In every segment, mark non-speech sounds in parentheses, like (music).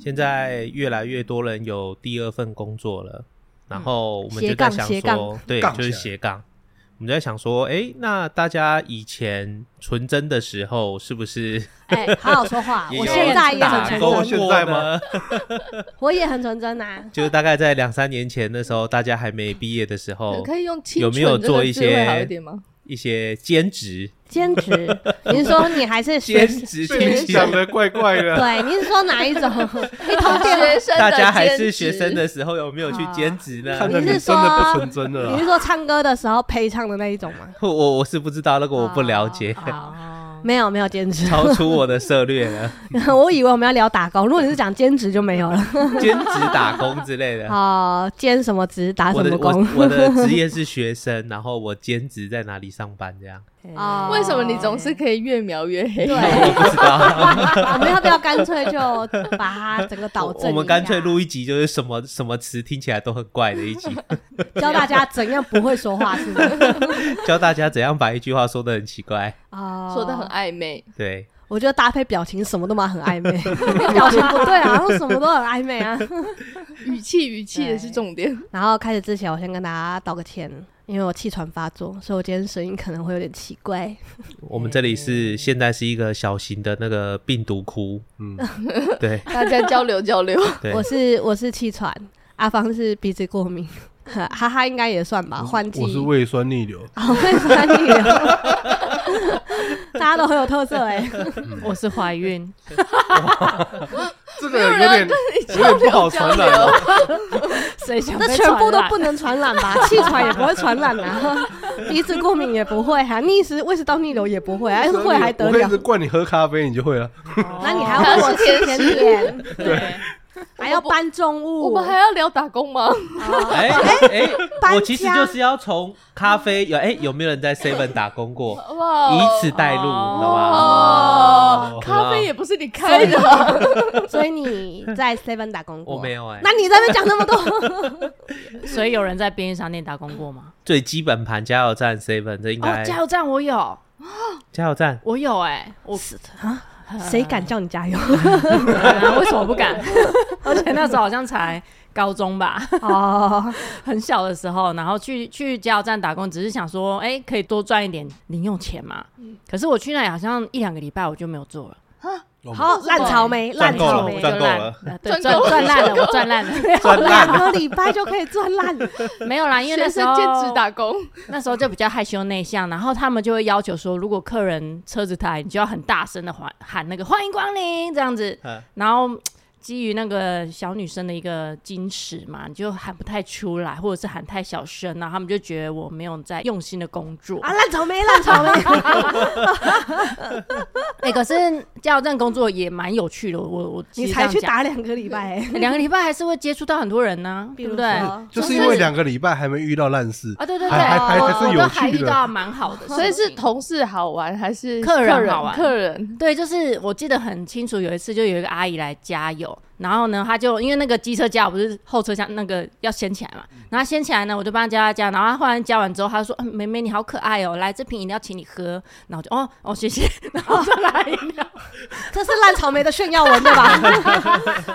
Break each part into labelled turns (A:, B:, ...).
A: 现在越来越多人有第二份工作了，然后我们
B: 嗯
A: 就
B: 斜
A: 在
B: 杠
A: 想
B: 斜
A: 说
B: 杠，
A: 对，
C: 杠
A: 就是
C: 起来
A: 斜杠。我们就在想说，哎，那大家以前纯真的时候是不是，
B: 哎，好好说话
A: (laughs)
B: 我
A: 有
B: 现在也
A: 打
B: 很
A: 工
B: 纯
C: 现
B: 真，
C: 在
A: 过呢？ (laughs)
B: 我也很纯真啊呐。
A: 就是大概在两三年前那时候，大家还没毕业的时候，
D: 可以用清
A: 哦有
D: 纯
A: 没有
D: 这个
A: 做一
D: 字会好
A: 些
D: 一点吗？
A: 一些兼职？
B: 兼职，你是说你还是
A: 兼
B: 学？
A: 职
C: 被
A: 听
C: 你
A: 起
C: 讲
A: 来，
C: 的怪怪的。
B: 对，你是说哪一种？一通电
D: 学生的
A: 大家还是
D: 兼
A: 学
D: 职
A: 生，的时候有没有去兼职呢？
C: 看着
B: 你是
C: 啊真的
B: 说啊
C: 不纯真了啊
B: 你是
C: 啦，
B: 说唱歌的时候陪唱的那一种吗？
A: 我我是不知道，那个我不了解，
B: 啊好，没有没有兼职，
A: 超出我的涉猎了。
B: (laughs) 我以为我们要聊打工，如果你是讲兼职就没有了。
A: 兼职打工之类的。
B: 哦，兼什么职打
A: 我
B: 什
A: 的
B: 么
A: 我
B: 工？
A: 我的职业是学生，然后我兼职在哪里上班这样，
B: 哦
D: (laughs) 为什么你总是可以越描越黑？ (laughs)
B: 对，啊哦
A: 我不知道。
B: 我们要不要干脆就把它整个导正一下？啊
A: 我们干脆录一集，就是什么什么词听起来都很怪的一集， (laughs)
D: (laughs)
B: 教大家怎样不会说话，是吗？
A: 教大家怎样把一句话说的很奇怪。
B: 哦
D: 说的很，暧昧，
A: 对，
B: 我觉得搭配表情什么都蛮很
D: (laughs)
B: 暧昧，表情不对啊，然后什么都很暧昧啊。
D: 语气语气也是重点。
B: 然后开始之前，我先跟大家道个歉，因为我气喘发作，所以我今天声音可能会有点奇怪。
A: 我们这里是现在是一个小型的那个病毒窟，
C: 嗯，
A: 对
D: 大家交流交流，
A: 对
B: 我，是我是气喘，阿芳是鼻子过敏， (laughs) 哈哈应该也算吧，换季。
C: 我是胃酸逆流，
B: 好会 (laughs) 酸你哦，大家都很有特色哎、
E: 我是怀孕，
C: 这
D: 没有
C: 个有
D: 人要
C: 点有点不好传染哦。
E: 谁想
B: 这
E: 被
B: 全部
E: 传
B: 都
E: 染
B: 不能传染吧？气喘也不会传染啊，鼻子过敏也不会啊，逆时胃食道逆流也不会啊，哎会还得
C: 我可以一
B: 了
C: 直？灌你喝咖啡，你就会了。
B: 那你还要喂我吃甜点，
E: 对，
B: 还要搬重物，
D: 我们还要聊打工吗？
B: 哦
A: 哎
B: 搬
A: 哎，我其实
B: 家
A: 就是要从咖啡有哎有没有人在 Seven 打工过，
D: 哇，
A: 以此带入，你懂吗？
D: 哦，
A: 好
D: 咖
A: 吧
D: 啡也不是你开的吧，
B: 所以你在 Seven 打工过？
A: 我没。有哎，
B: 那你在那边讲那么多，
E: 所以有人在便利商店打工过吗？
A: 最基本盘加油站 Seven 这应
E: 哦，
A: 该
E: 加油站我有，
A: 加油站
E: 我有哎，我
B: 谁敢叫你加油？
E: 啊为什么不
A: (laughs)
E: 敢？而且那时候好像才高中吧， (laughs)
B: 哦，
E: 很小的时候，然后去去加油站打工，只是想说，哎、可以多赚一点零用钱嘛。
D: 嗯
E: 可是我去那里好像一两个礼拜我就没有做了，
B: 好烂草莓，烂
A: 够
B: 草
A: 了
B: 莓，啊
A: 赚够
E: 我就烂
A: 了，
E: 呃对，
D: 赚
E: 赚
D: 够了
E: 赚烂了，我赚
D: (laughs)
E: 烂了，
A: 赚烂
B: 两
A: 了。
B: 个礼拜就可以赚烂，
E: 没有啦，因为那
D: 学
E: 时
D: 生
E: 候
D: 兼职打工，
E: 那时候就比较害羞内向，然后他们就会要求说，如果客人车子开，你就要很大声的喊喊那个“欢迎光临”这样子
A: 嗯，
E: 然后。基于那个小女生的一个矜持嘛，你就喊不太出来，或者是喊太小声，然后他们就觉得我没有在用心的工作
B: 啊，烂草莓，烂草莓，
E: 哎、可是加油站工作也蛮有趣的，我我我
B: 你
E: 其实
B: 才
E: 这样
B: 去
E: 讲
B: 打两个礼拜、欸，
E: 两个礼拜，还是会接触到很多人呢、
B: 比
E: 对
B: 如
E: 不
B: 说啊
E: 对？啊，
B: 哦
C: 嗯就是因为两个礼拜还没遇到烂事，
E: 对对对，
C: 还还还
E: 我
C: 还是
E: 我
C: 有
E: 都还
C: 趣
E: 遇
C: 的
E: 到蛮好的，
D: 所以是同事好玩还是
E: 客人
D: 客人
E: 好玩
D: 客人
E: 对，就是我记得很清楚，有一次就有一个阿姨来加油，然后呢，他就因为那个机车架我不是后车厢那个要掀起来嘛，
A: 嗯
E: 然后掀起来呢，我就帮他加加加，然后他后来加完之后，他就说：“嗯，妹妹你好可爱哦，来这瓶饮料请你喝。”然后我就哦哦谢谢，然后就来饮料。
B: 这是烂草莓的炫耀文对吧？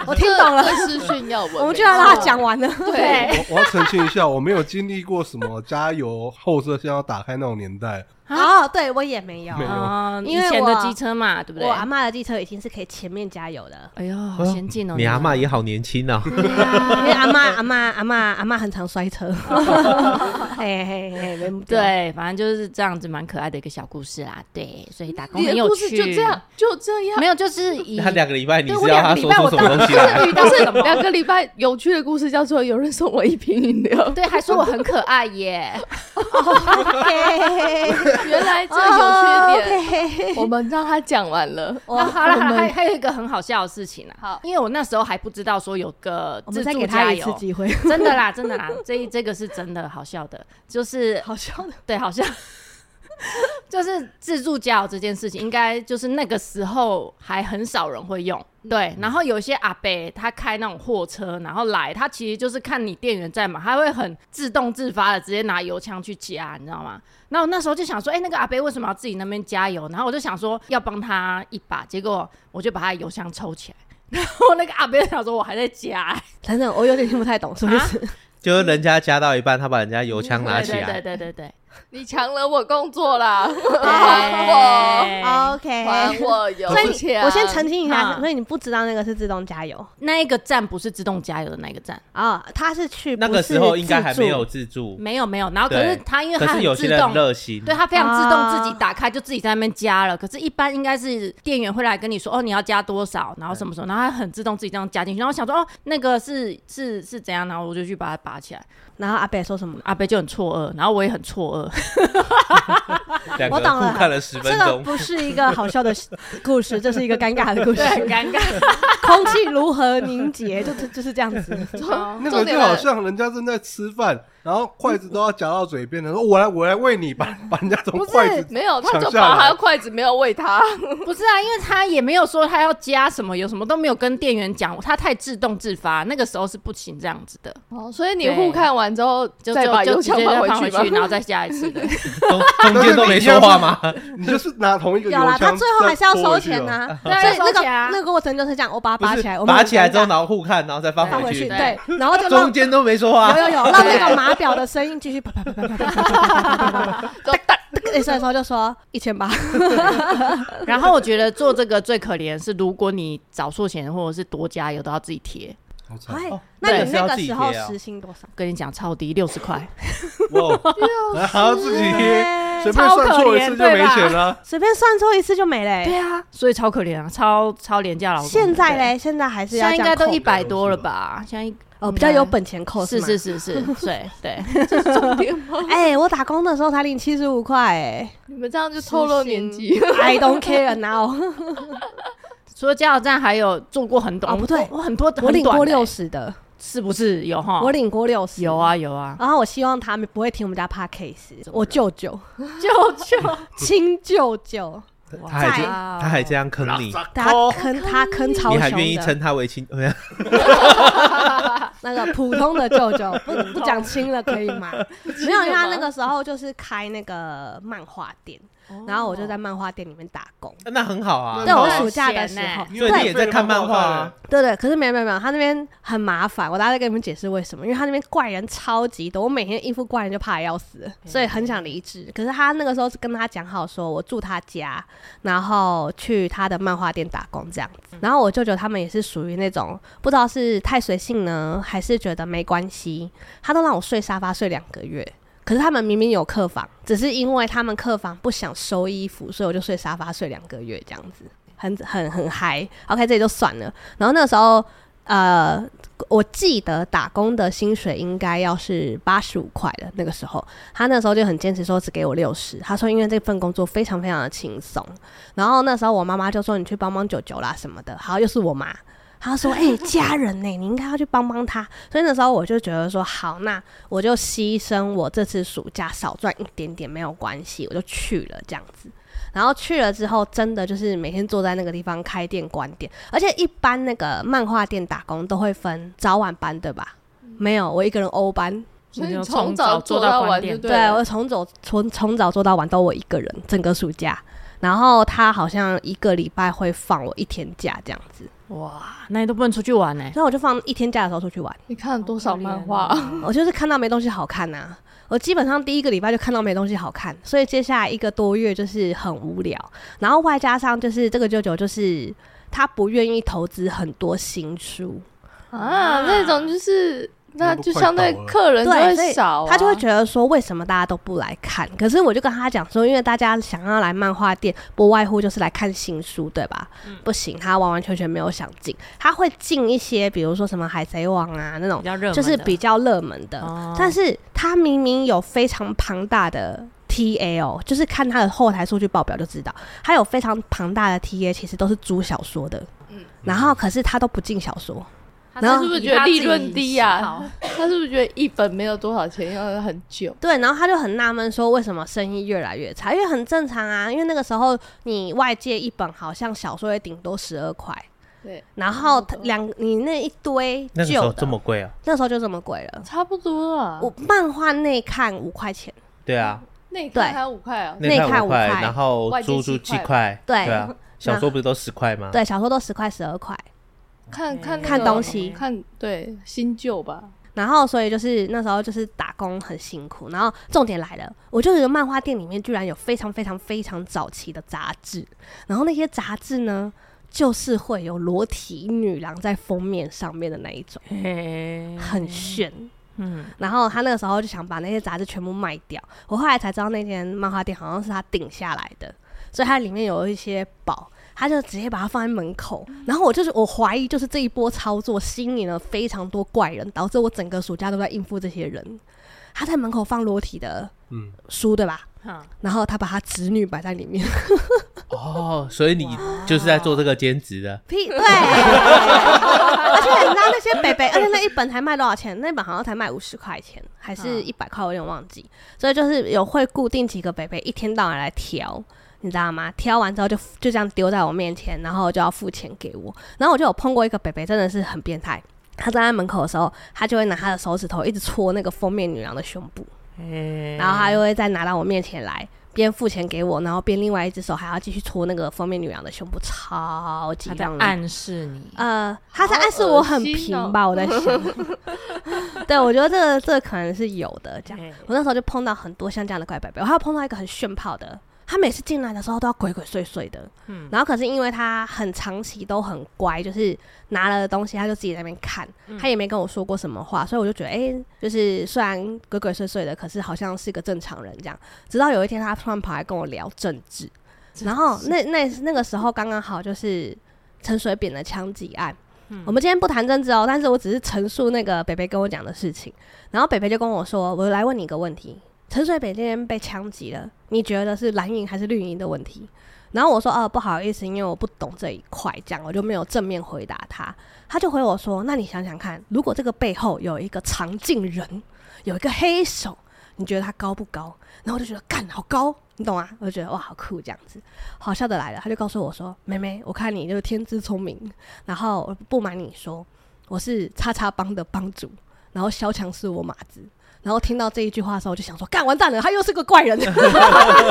B: 我听懂了，
D: 这是炫耀文，
B: (laughs)
D: 哦
B: 我们居然让他讲完了。
D: (laughs) 对，
C: 我我要澄清一下，我没有经历过什么加油后车厢要打开那种年代。
B: 啊，对我也没有，
A: 哎
C: 没有
E: 嗯，
B: 因为
E: 以前的
B: 我
E: 机车嘛，对不对
B: 我？阿嬷的机车已经是可以前面加油的，
E: 哎呦，好先进哦！
A: 你阿嬷也好年轻啊，
B: 因为阿嬷阿嬷阿嬷阿嬷很常摔车， (laughs) 嘿嘿嘿，没目标。
E: 对，反正就是这样子，蛮可爱的一个小故事啦。对，所以打工
D: 你
E: 很
D: 的
E: 有
D: 故
E: 趣。
D: 事就这样，就这样
E: 没。
A: (laughs)
E: 有，就是以
A: 他两个礼拜你
E: 对
A: 知
E: 我
A: 道
E: 两
A: 他
E: 个礼
A: 说
E: 拜
A: 出
E: 我
A: 什么
E: 当
A: 东
D: (laughs)
E: 时
A: 西来？
E: 遇到
D: 是
E: 什么？，
D: 两个礼拜有趣的故事叫做有人送我一瓶饮料 (laughs)
E: 对，还说我很可爱耶。
B: 嘿嘿嘿
D: 原来
B: 哦
D: 这有缺点。我们让他讲完了，
E: 那 (laughs) 好了，还还还有一个很好笑的事情啊。
D: 好
E: 因为我那时候还不知道说有个
B: 我
E: 自
B: 们再
E: 助
B: 给他
E: 加
B: 一次
E: 油，
B: 机会，
E: 真的啦，真的啦，这一这个是真的好笑的，就是
B: 好笑的。
A: (laughs)
E: 对，好像就是自助加油这件事情，应该就是那个时候还很少人会用。
A: 嗯
E: 对，然后有些阿伯他开那种货车，然后来，他其实就是看你店员在嘛，他会很自动自发的直接拿油枪去加，你知道吗？然后我那时候就想说，哎、那个阿伯为什么要自己那边加油？然后我就想说要帮他一把，结果我就把他的油箱抽起来， (laughs) 然后那个阿伯想说我还在加、欸
B: 等等，我有点听不太懂，是不是？
A: 就是人家加到一半，他把人家油枪拿起
E: 嗯对对
A: 来，
E: 对对对
D: 你抢了我工作啦，
E: 对，
D: (laughs) 还
E: 对
D: 我，
B: OK
D: 还啊我油
B: 所以你
D: 钱。
B: 我先澄清一下，
E: 嗯
B: 所以你不知道那个是自动加油
E: 那一个站不是自动加油的那个站。
B: 啊？它是去
A: 那个
B: 不是
A: 时候应该还
B: 自助
A: 没有自助，
E: 没有没有，然后可
A: 对
E: 是他因为
A: 可
E: 他
A: 是有
E: 很
A: 些
E: 自
A: 人很
E: 动，
A: 热心，
E: 对他非常自
B: 啊
E: 动自己打开就自己在那边加了。可是，一般应该是店员会来跟你说哦你要加多少，然后什么什么，然后他很自动自己这样加进去。然后我想说哦那个是是是怎样，然后我就去把它拔起来。
B: 然后阿北说什么？
E: 阿贝就很错愕，然后我也很错愕。
A: 两
B: 我
A: 个
B: 懂了
A: 互看了十
B: 这
A: 分
B: 个
A: 钟，
B: 不是一个好笑的故事，这是一个尴尬的故事。
E: 尴尬。
B: 空气如何凝结，就就就是这样子。
C: 那
D: 重
C: 个
D: 点
C: 就好像人家正在吃饭，然后筷子都要夹到嘴边，他说：“哦我来，我来喂你，把 (laughs) 把人家从
D: 不
C: 筷
D: 是
C: 子。
D: 没有，他就
C: 抢下
D: 把
C: 来
D: 他的筷子没有喂他，
E: (laughs) 不是啊，因为他也没有说他要加什么，有什么都没有跟店员讲，他太自动自发，那个时候是不行这样子的，
D: 哦所以你
E: 对
D: 互看完之后
E: 就
D: 再
E: 就
D: 把
E: 就
D: 油
E: 直
D: 枪
E: 接再放
D: 回
E: 回
D: 去吧
E: 去，。然后再加一次的。
A: 中中间都没说话吗？
C: 你就是拿同一个油
B: 有啦，他
C: 枪，
B: 最后还是要收钱。呐、
E: 对啊
B: 所以那
E: 要收
B: 个
E: 钱啊
B: 那个过程就是这样，我把它拔
A: 不
B: 起来，
A: 是
B: 我们
A: 拔
B: 很
A: 起来
B: 尴
A: 之后，
B: 尬
A: 然后互看，然后再放
B: 放
A: 回
B: 回去，
A: 去，
B: 对，然后就
A: 中
B: 让。
A: 间都没说话
B: 有。有有，让那个码表的声音继续啪啪啪啪啪啪啪啪啪啪啪，一声的时候就说一千八，
E: (laughs) 然后我觉得做这个最可怜是，如果你找错钱或者是多加油都要自己贴。
C: 好惨 (laughs)
B: 哎
A: 哦，
B: 那你
A: 对
B: 那
A: 是要
B: 个时候
A: 自己贴啊
B: 时薪多少？
E: 跟你讲超低，六十块，
C: 哇，还要
B: (laughs)
C: 自己 (laughs) 贴，
B: 哎
C: 随便算错一次就没钱了。
B: 随便算错一次就没了欸。
E: 啊，所以超可怜啊，超超廉价劳工。
B: 现在嘞，现在还是
E: 对？
B: 要这
E: 现在应
B: 样
E: 该都
B: 扣
E: 一百多了吧？现在应
B: 哦，比较有本钱扣
E: 是
B: 吗
E: 是是是，对 (laughs) 对，
B: (laughs) 哎，我打工的时候才领七十五块哎
D: (laughs) 你们这样就透露年纪。 (laughs)
B: (laughs) ，I don't care now。 (laughs)
E: 除了加油站，还有做过很短
B: 哦不对
E: 我我很多
B: 我领过
A: 欸
B: 六
E: 十，
B: 十的，
E: 是不是有
A: 哦
E: 哈？
B: 我领过六十，
E: 有。啊有啊，
B: 然后我希望他们不会听我们家 p o d c a s e 我舅舅，
E: 舅舅，
B: 亲舅舅，
A: 他还这
E: 哇
A: 他还这样坑你，
B: 他坑他坑超
A: 你
B: 凶的，
A: 还愿意称他为亲？ (laughs) 哎呀
B: 那个普通的舅舅，不不讲亲了可以吗？没有，因为他那个时候就是开那个漫画店，然后我就在漫画店里面打工。
A: 那很好啊，
B: 对，
C: 那
B: 我
C: 很
B: 暑假的时
E: 闲欸
B: 候，
C: 你
A: 所以
B: 对
A: 你也在看漫画啊。
B: 对对，可是没有没有没有，他那边很麻烦，我大概跟你们解释为什么，因为他那边怪人超级多，我每天应付怪人就怕得要死，所以很想离职。可是他那个时候是跟他讲好，说我住他家，然后去他的漫画店打工这样子。然后我舅舅他们也是属于那种不知道是太随性呢，还是觉得没关系，他都让我睡沙发睡两个月。可是他们明明有客房，只是因为他们客房不想收衣服，所以我就睡沙发睡两个月这样子，很很很嗨。OK，这也就算了。然后那时候，呃，我记得打工的薪水应该要是八十五块的。那个时候，他那时候就很坚持说只给我六十。他说因为这份工作非常非常的轻松。然后那时候我妈妈就说你去帮帮九九啦什么的。好，又是我妈。 (laughs) 她说：“哎、家人呢、你应该要去帮帮他。”所以那时候我就觉得说，好，那我嗯就牺牲我这次暑假少赚一点点没有关系，我就去了这样子。然后去了之后，真的就是每天坐在那个地方开店关店，而且一般那个漫画店打工都会分早晚班，对吧？没有，我一个人欧班，
D: 所以
E: 你
D: 你
E: 就
D: 从
E: 从早
D: 早
E: 做
D: 做
E: 到
D: 到
E: 晚
D: 晚
E: 点
D: 就
B: 对
D: 对了
B: 我从早从从早做到晚都我一个人，整个暑假。然后他好像一个礼拜会放我一天假这样子，
E: 哇，那你都不能出去玩呢、
B: 然后我就放一天假的时候出去玩。
D: 你看了多少
E: 哦
D: 漫画？
B: 我就是看到没东西好看呐、啊我基本上第一个礼拜就看到没东西好看，所以接下来一个多月就是很无聊。然后外加上就是这个舅舅就是他不愿意投资很多新书，
D: 啊，那种就是那就
C: 快
D: 相对
C: 倒了
D: 客人就
B: 对，所
D: 会
B: 以
D: 少啊、
B: 他就会觉得说为什么大家都不来看？可是我就跟他讲说，因为大家想要来漫画店，不外乎就是来看新书，对吧？
E: 嗯
B: 不行，他完完全全没有想进，他会进一些比如说什么《海贼王》啊那种
E: 比，较热门
B: 就是
E: 的
B: 比较热门的。
E: 哦
B: 但是他明明有非常庞大的 TA 哦，就是看他的后台数据报表就知道，他有非常庞大的 TA，其实都是租小说的。
E: 嗯
B: 然后可是他都不进小说，
E: 他
B: 然后
D: 是不是觉得利润低
E: 以他
D: 啊
E: 自己喜好？
D: 他是不是觉得一本没有多少钱，要很久？
B: 对，然后他就很纳闷说为什么生意越来越差，因为很正常啊，因为那个时候你外界一本好像小说也顶多十二块，
D: 对，
B: 然后他两你那一堆
A: 那个时
B: 旧
A: 候
B: 的，
A: 这么嗯贵啊？
B: 那时候就这么贵了。
D: 差不多啊。
B: 我漫画内看五块钱，
A: 对啊，
D: 那
B: 对
D: 看还有五块啊，
A: 那
B: 内看
A: 五
B: 五
A: 块，
B: 块
A: 然后
D: 外
A: 租
D: 接
A: 出
D: 七
A: 七
D: 块
A: 块，
B: 对
A: 对啊，小说不是都十块吗？
B: 对，小说都十块十二块，
D: 看嗯看那
B: 看
D: 个
B: 东西
D: 看对新旧 (laughs) 吧。
B: 然后所以就是那时候就是打工很辛苦，然后重点来了，我就觉得漫画店里面居然有非常非常非常早期的杂志，然后那些杂志呢，就是会有裸体女郎在封面上面的那一种，
E: 嘿
B: 很炫。
E: 嗯，
B: 然后他那个时候就想把那些杂志全部卖掉，我后来才知道那间漫画店好像是他顶下来的，所以它里面有一些宝。他就直接把它放在门口，然后我就是我怀疑就是这一波操作吸引了非常多怪人，导致我整个暑假都在应付这些人。他在门口放裸体的
C: 嗯，
B: 书对吧？
E: 哈
B: 然后他把他侄女摆在里面，
A: 哦，所以你就是在做这个兼职的，
B: 屁对， (laughs) 而且你知道那些北北，而且那一本才卖多少钱？那本好像才卖五十块钱，还是
E: 嗯
B: 一百块，我有点忘记。所以就是有会固定几个北北，一天到晚来挑，你知道吗？挑完之后就就这样丢在我面前，然后就要付钱给我。然后我就有碰过一个北北，真的是很变态。他站在门口的时候，他就会拿他的手指头一直戳那个封面女郎的胸部，
E: 嗯
B: 然后他就会再拿到我面前来，边付钱给我，然后边另外一只手还要继续戳那个封面女郎的胸部，超级
E: 他在
B: 让人
E: 暗示你，
B: 呃，他在
D: 好
B: 暗示
D: 恶
B: 我很
D: 心
B: 平
D: 哦
B: 吧？我在想， (laughs) 对我觉得这个这个可能是有的。这样，
E: 嘿
B: 我那时候就碰到很多像这样的怪伯伯，我还有碰到一个很炫炮的，他每次进来的时候都要鬼鬼祟祟的，
E: 嗯
B: 然后可是因为他很长期都很乖，就是拿了东西他就自己在那边看，他也没跟我说过什么话，所以我就觉得，哎、就是虽然鬼鬼祟祟的，可是好像是个正常人这样。直到有一天，他突然跑来跟我聊政治，然后那那那个时候刚刚好就是陈水扁的枪击案。我们今天不谈政治哦，但是我只是陈述那个北北跟我讲的事情。然后北北就跟我说：“我来问你一个问题，陈水扁今天被枪击了，你觉得是蓝营还是绿营的问题？”然后我说：“哦、不好意思，因为我不懂这一块，这样我就没有正面回答他。”他就回我说：“那你想想看，如果这个背后有一个藏镜人，有一个黑手，你觉得他高不高？”然后我就觉得干好高，你懂吗？我就觉得哇好酷这样子，好笑的来了。他就告诉我说：“妹妹，我看你就是天资聪明，然后不瞒你说，我是叉叉帮的帮主，然后萧强是我马子。然后听到这一句话的时候，我就想说，干完蛋了，他又是个怪人。 (laughs)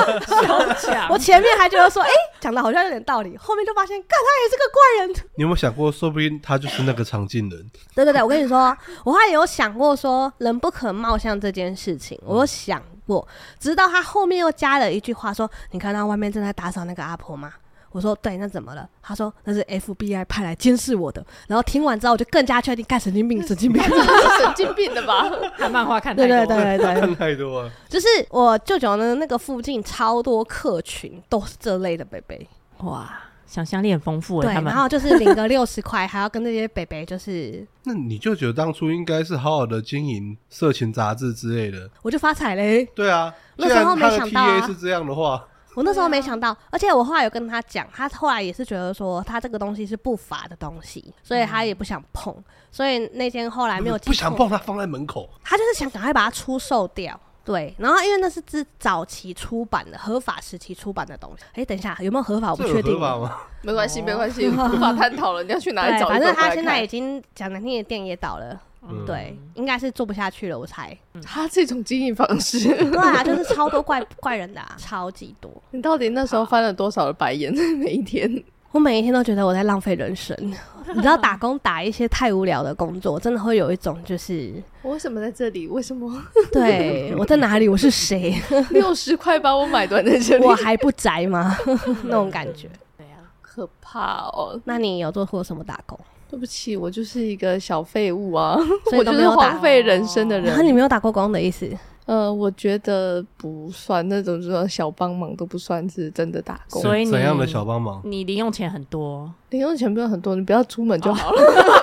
B: 我前面还觉得说，哎、讲的好像有点道理，后面就发现，干他也是个怪人。
C: 你有没有想过，说不定他就是那个常进
B: (laughs)
C: 人？
B: 对对对，我跟你 (laughs) 说，我还有想过说，人不可貌相这件事情，我有想过，直到他后面又加了一句话说，你看到外面正在打扫那个阿婆吗？我说对，那怎么了？他说那是 FBI 派来监视我的。然后听完之后，我就更加确定，干神经病，神经
E: (laughs)
B: 病。
D: 这是神经病的吧？
E: 看漫画看太
B: 对
E: 多
B: 对
E: 了，
B: 对对对，
C: 看太多了，
B: 就是我舅舅呢，那个附近超多客群都是这类的北北，
E: 哇，想象力很丰富
B: 对，
E: 哎，他们
B: 然后就是领个六十块，还要跟这些北北，就是
C: 那你舅舅当初应该是好好的经营色情杂志之类的。
B: 我就发财嘞。
C: 对啊，
B: 那
C: 既然
B: 时候没
C: 他的
B: 想到啊
C: TA 是这样的话，
B: 我那时候没想到，而且我后来有跟他讲，他后来也是觉得说他这个东西是不法的东西，所以他也不想碰，所以那天后来没有
C: 不想
B: 碰，
C: 碰他放在门口。
B: 他就是想赶快把它出售掉。对，然后因为那是之早期出版的合法时期出版的东西。哎，等一下，有没有合法？我不
C: 这
B: 确
C: 有
B: 定
C: 合。法吗？
D: 没关系，没关系，无法探讨了，你要去哪里
B: 对，
D: 找
B: 反
D: 一本回
B: 正
D: 来看？
B: 他现在已经讲难听点，店也倒了，
C: 嗯
B: 对，应该是做不下去了，我猜。 (laughs)
D: 他这种经营方 (laughs) 式，
B: 对啊，就是超多怪怪人的、啊，超级多。
D: 你到底那时候翻了多少的白眼？每一天，
B: 我每一天都觉得我在浪费人生，你知道打工打一些太无聊的工作，真的会有一种就是
D: 我为什么在这里？为什么
B: 对我在哪里，我是谁，
D: 六十块把我买断在这里？
B: 我还不宅吗？那种感觉。
D: 可怕哦！
B: 那你有做过什么打工？
D: 对不起，我就是一个小废物啊，
B: 所
D: 我
B: 以都
D: 就
B: 没
D: 是
B: 有打哦
D: 荒废人生的
B: 然啊后你
D: 人。
B: 没有打过工的意思，
D: 呃，我觉得不算那种这种小帮忙都不算是真的打工，
E: 所以你
C: 怎样的小帮忙？
E: 你零用钱很多，
D: 零用钱不用很多，你不要出门
B: 哦
D: 就好了。 (laughs)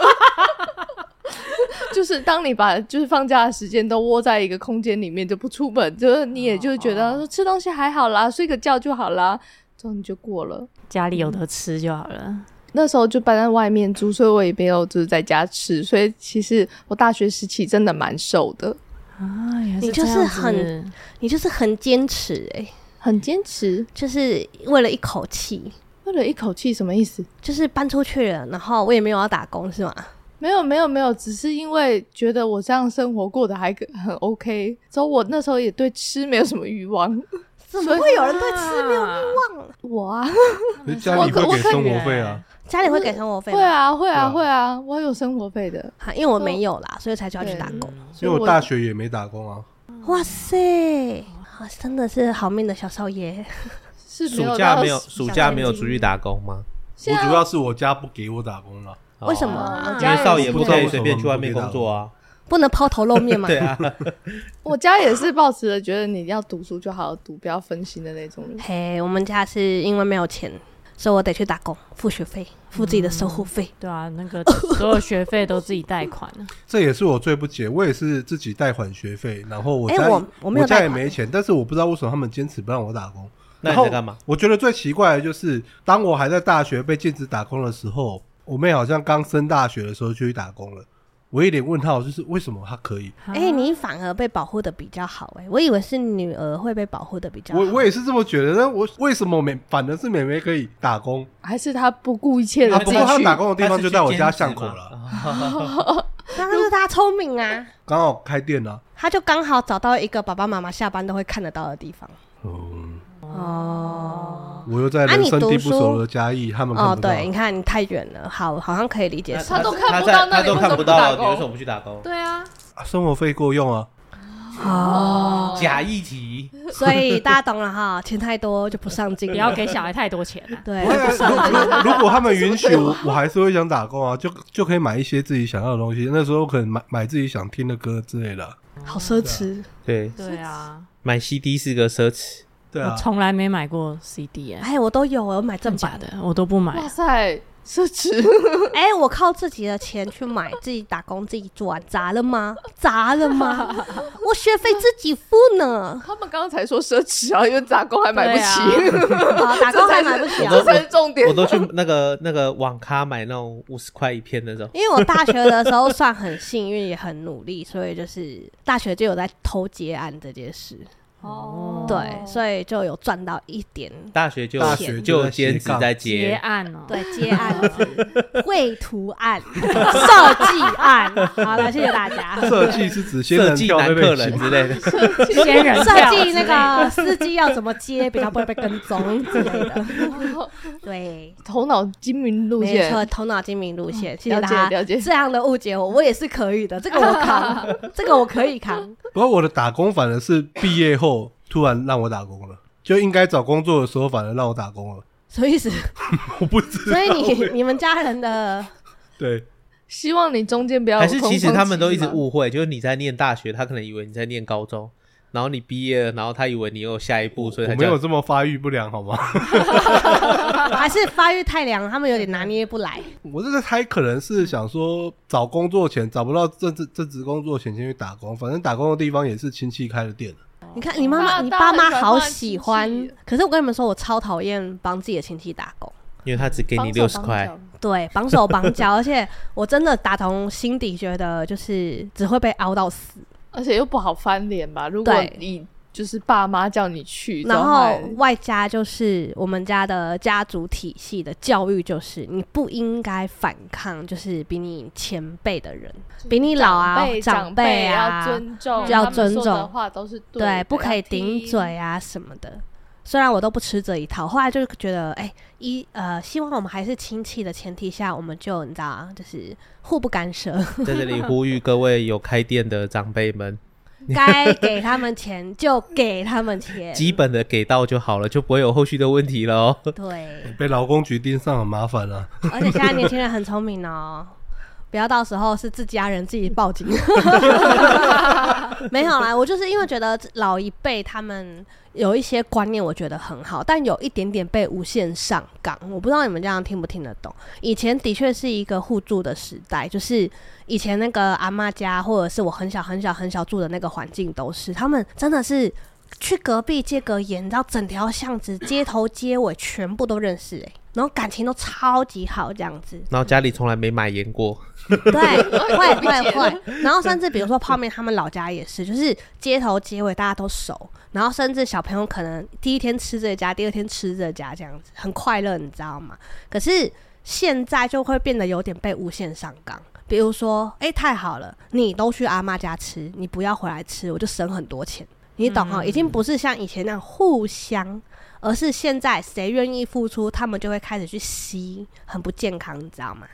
D: 就是当你把就是放假的时间都窝在一个空间里面，就不出门，就是你也就觉得
B: 哦
D: 说吃东西还好啦，睡个觉就好啦，这样你就过了。
E: 家里有得吃就好了。
D: 那时候就搬在外面住，所以我也没有就是在家吃，所以其实我大学时期真的蛮瘦的，
E: 啊，原来
B: 你就是
E: 这样子
B: 很你就是很坚持哎、
D: 很坚持。
B: 就是为了一口气，
D: 为了一口气什么意思？
B: 就是搬出去了，然后我也没有要打工是吗？
D: 没有没有没有，只是因为觉得我这样生活过得还可很 OK，之后我那时候也对吃没有什么欲望。
B: 怎么会有人对吃没有欲
E: 啊
B: 望？
D: 我啊，
C: 你家里
D: 我可
C: 会给
D: 我可以
C: 生活费啊？
B: 家里会给生活费吗？
D: 会啊会啊
C: 对啊
D: 会啊，我有生活费的。
B: 啊，因
A: 哦
B: 为我没有啦，所以才就要去打工。
C: 因为我大学也没打工啊。
A: 嗯
B: 哇塞，啊真的是好命的小少爷，
D: 是没
A: 暑
D: 有
A: 假
D: 到
A: 没有
D: 十
A: 暑假没有出去打工吗？
C: 我
D: 现在
C: 主要是我家不给我打工了，
A: 哦
B: (laughs) 为什么嗯
D: 啊
A: 因为少爷不可以随便
C: 家里有
A: 去外面工作啊。
B: 不能抛头露面嘛。
A: (laughs) 对啊，
D: 我家也是抱持着觉得你要读书就好好读，不要分心的那种人。
B: 嘿，我们家是因为没有钱，所以我得去打工付学费，付自己的生活
A: 嗯
B: 费。
E: 对啊，那个所有学费都自己贷款，啊
C: (laughs) 这也是我最不解。我也是自己贷款学费，然后我
B: 哎
C: 家里、
B: 我我
C: 我
B: 没有
C: 家也
B: 贷款
C: 没钱，但是我不知道为什么他们坚持不让我打工。
A: 那
C: 然
A: 你
C: 后
A: 在干嘛？
C: 我觉得最奇怪的就是，当我还在大学被禁止打工的时候，我妹好像刚升大学的时候就去打工了。我一脸问号，就是为什么她可
B: (laughs)
C: 以？
B: 哎、你反而被保护的比较好哎、我以为是女儿会被保护的比较好。
C: 我我也是这么觉得。但我为什么美反而是美美可以打工？
D: 还是他不顾一切的
C: 啊，
D: 自
C: 不
D: 己
C: 过她
D: 去。
C: 打工的地方就在我家巷口了，
A: 了。
B: 那就是他聪明啊，
C: 刚好开店了、
B: 他就刚好找到一个爸爸妈妈下班都会看得到的地方。
C: 嗯，
B: 哦
C: 我又在
B: 啊
C: 人
B: 你
C: 生
B: 读
C: 地不
B: 书
C: 熟的嘉义，他们看
B: 哦，
C: 不到。
B: 对，你看你太远了，好，好像可以理解
A: 那
B: 是。
D: 他都看
A: 他
D: 不
A: 在
D: 到那
A: 他
D: 你
A: 都
D: 为
A: 看
D: 什
A: 不
D: 么不打
A: 到，你为
D: 工
A: 什么不去打工？
E: 对啊，
C: 啊生活费够用啊。
B: 哦，
A: 假议
D: (laughs)
A: 题，
B: 所以大家懂了哈， (laughs) 钱太多就不上进了，。
E: 不要给小孩太多钱
C: (laughs)
E: 啊
B: 对
C: 不会啊
B: (laughs)
C: 如如如果他们允许我，我还是会想打工啊，就就可以买一些自己想要的东西。那时候可能买买自己想听的歌之类的。
B: 好奢侈。
A: 对，
E: 对啊，
A: 买 CD 是个奢侈。
C: 对
E: 我
C: 啊，
E: 从来没买过 CD 哎，
B: 哎，我都有，我买正
E: 真假
B: 版。
E: 的我都不买
D: 哇。塞，奢侈！，
B: (laughs) 哎，我靠自己的钱去买，自己打工自己赚，砸了吗？砸了吗？我学费自己付呢
D: (laughs) 他们刚刚才说奢侈啊，因为打工还买不起，(laughs)
E: 对
B: 啊，打工还买不起啊
A: 我。
D: 这才是重点
A: 我。都去那个那个网咖买那种五十块一片那种。
B: 因为我大学的时候算很幸运，也很努力，所以就是大学就有在偷接案这件事，
D: 哦
B: 对，所以就有赚到一点
A: 大学就
C: 大学
A: 就
C: 就
A: 有
C: 在斜
A: 兼职
C: 杠
A: 在
E: 结
A: 接，
E: 案哦，
B: 对，接案子、绘图案、设计案。好了，谢谢大家。
C: 设计是指先
A: 设
C: 能
A: 计
C: 跳
A: 男客
C: 会被
A: 人
C: 请
A: 之类的。
E: 仙人
B: 设
E: 跳
B: 计那
E: 之类的
B: 个司机要怎么接，比较不会被跟踪之类
D: (laughs)
B: 的。对，
D: 头脑精明路
B: 没
D: 线，嗯
B: 错，头脑精明路线，谢谢
D: 了
B: 大
D: 解
B: 家
D: 了解
B: 这样的误解我，我也是可以的，这个我
D: (laughs)
B: 扛，这个我可以扛。
C: 不过我的打工反而是毕业后突然让我打工了，就应该找工作的时候反而让我打工了。
B: 什么意
D: (laughs)
B: 思？
C: 我不知
B: 所以你你们家人的
C: (laughs) 对，
D: 希望你中间不要
A: 还是其实他们都一直
D: 误。
A: 误会，就是你在念大学，他可能以为你在念高中，然后你毕业了，然后他以为你有下一步，所以
C: 我
A: 才
C: 没
A: 叫
C: 有
A: 你
C: 这么发育不良好吗？ (laughs)
B: 还是发育太良，他们有点拿捏不
D: (laughs)
B: 来。
C: 我这个猜可能是想说找工作前找不到正职正职工作前先去打工，反正打工的地方也是亲戚开的店。
B: 你看，你妈妈、
D: 大
B: 你爸妈
D: 大家很喜欢
B: 好
D: 亲
B: 喜
D: 戚
B: 欢，可是我跟你们说，我超讨厌帮自己的亲戚打工。
A: 因为他只给你六十块，
B: 对，绑
D: (laughs)
B: 手绑脚，而且我真的打从心底觉得，就是只会被凹到死。
D: 而且又不好翻脸吧？如果
B: 对
D: 你就是爸妈叫你去，
B: 然
D: 后还
B: 后外加就是我们家的家族体系的教育，就是你不应该反抗，就是比你前辈的人，比你老啊
D: 长辈、
B: 长辈啊
D: 要，尊重，
E: 就要
D: 他们
B: 尊
D: 说的
B: 重
D: 话都是对
B: 对
D: 的，，
B: 不可以
D: 要听
B: 顶嘴。啊什么的。虽然我都不吃这一套，后来就觉得，哎、一呃，希望我们还是亲戚的前提下，我们就你知道啊，就是互不干
D: (laughs)
B: 涉，
A: 在这 (laughs) 里呼吁各位有开店的长辈 (laughs) 们，
B: 该给他们钱就给他们钱，
A: 基本的给到就好了，就不会有后续的问题了哦。
B: 对。
C: 被劳工局盯上很麻烦啊。
B: 而且现在年轻人很聪明哦，不要到时候是自家人自己报警。没有啦，我就是因为觉得老一辈他们有一些观念，我觉得很好，但有一点点被无限上纲。我不知道你们这样听不听得懂。以前的确是一个互助的时代，就是以前那个阿妈家，或者是我很小很小很小住的那个环境，都是他们真的是。去隔壁借个烟，你知道整条巷子街头街尾全部都认识哎、欸然后感情都超级好这样子，
A: 然后家里从来没买盐过，
B: (laughs) 对，会会会。然后甚至比如说泡面，他们老家也是，就是街头街尾大家都熟，然后甚至小朋友可能第一天吃这家，第二天吃这家，这样子很快乐，你知道吗？可是现在就会变得有点被无限上纲。比如说，哎、太好了，你都去阿妈家吃，你不要回来吃，我就省很多钱。你懂哈、已经不是像以前那样互相，而是现在谁愿意付出，他们就会开始去吸，很不健康，你知道吗？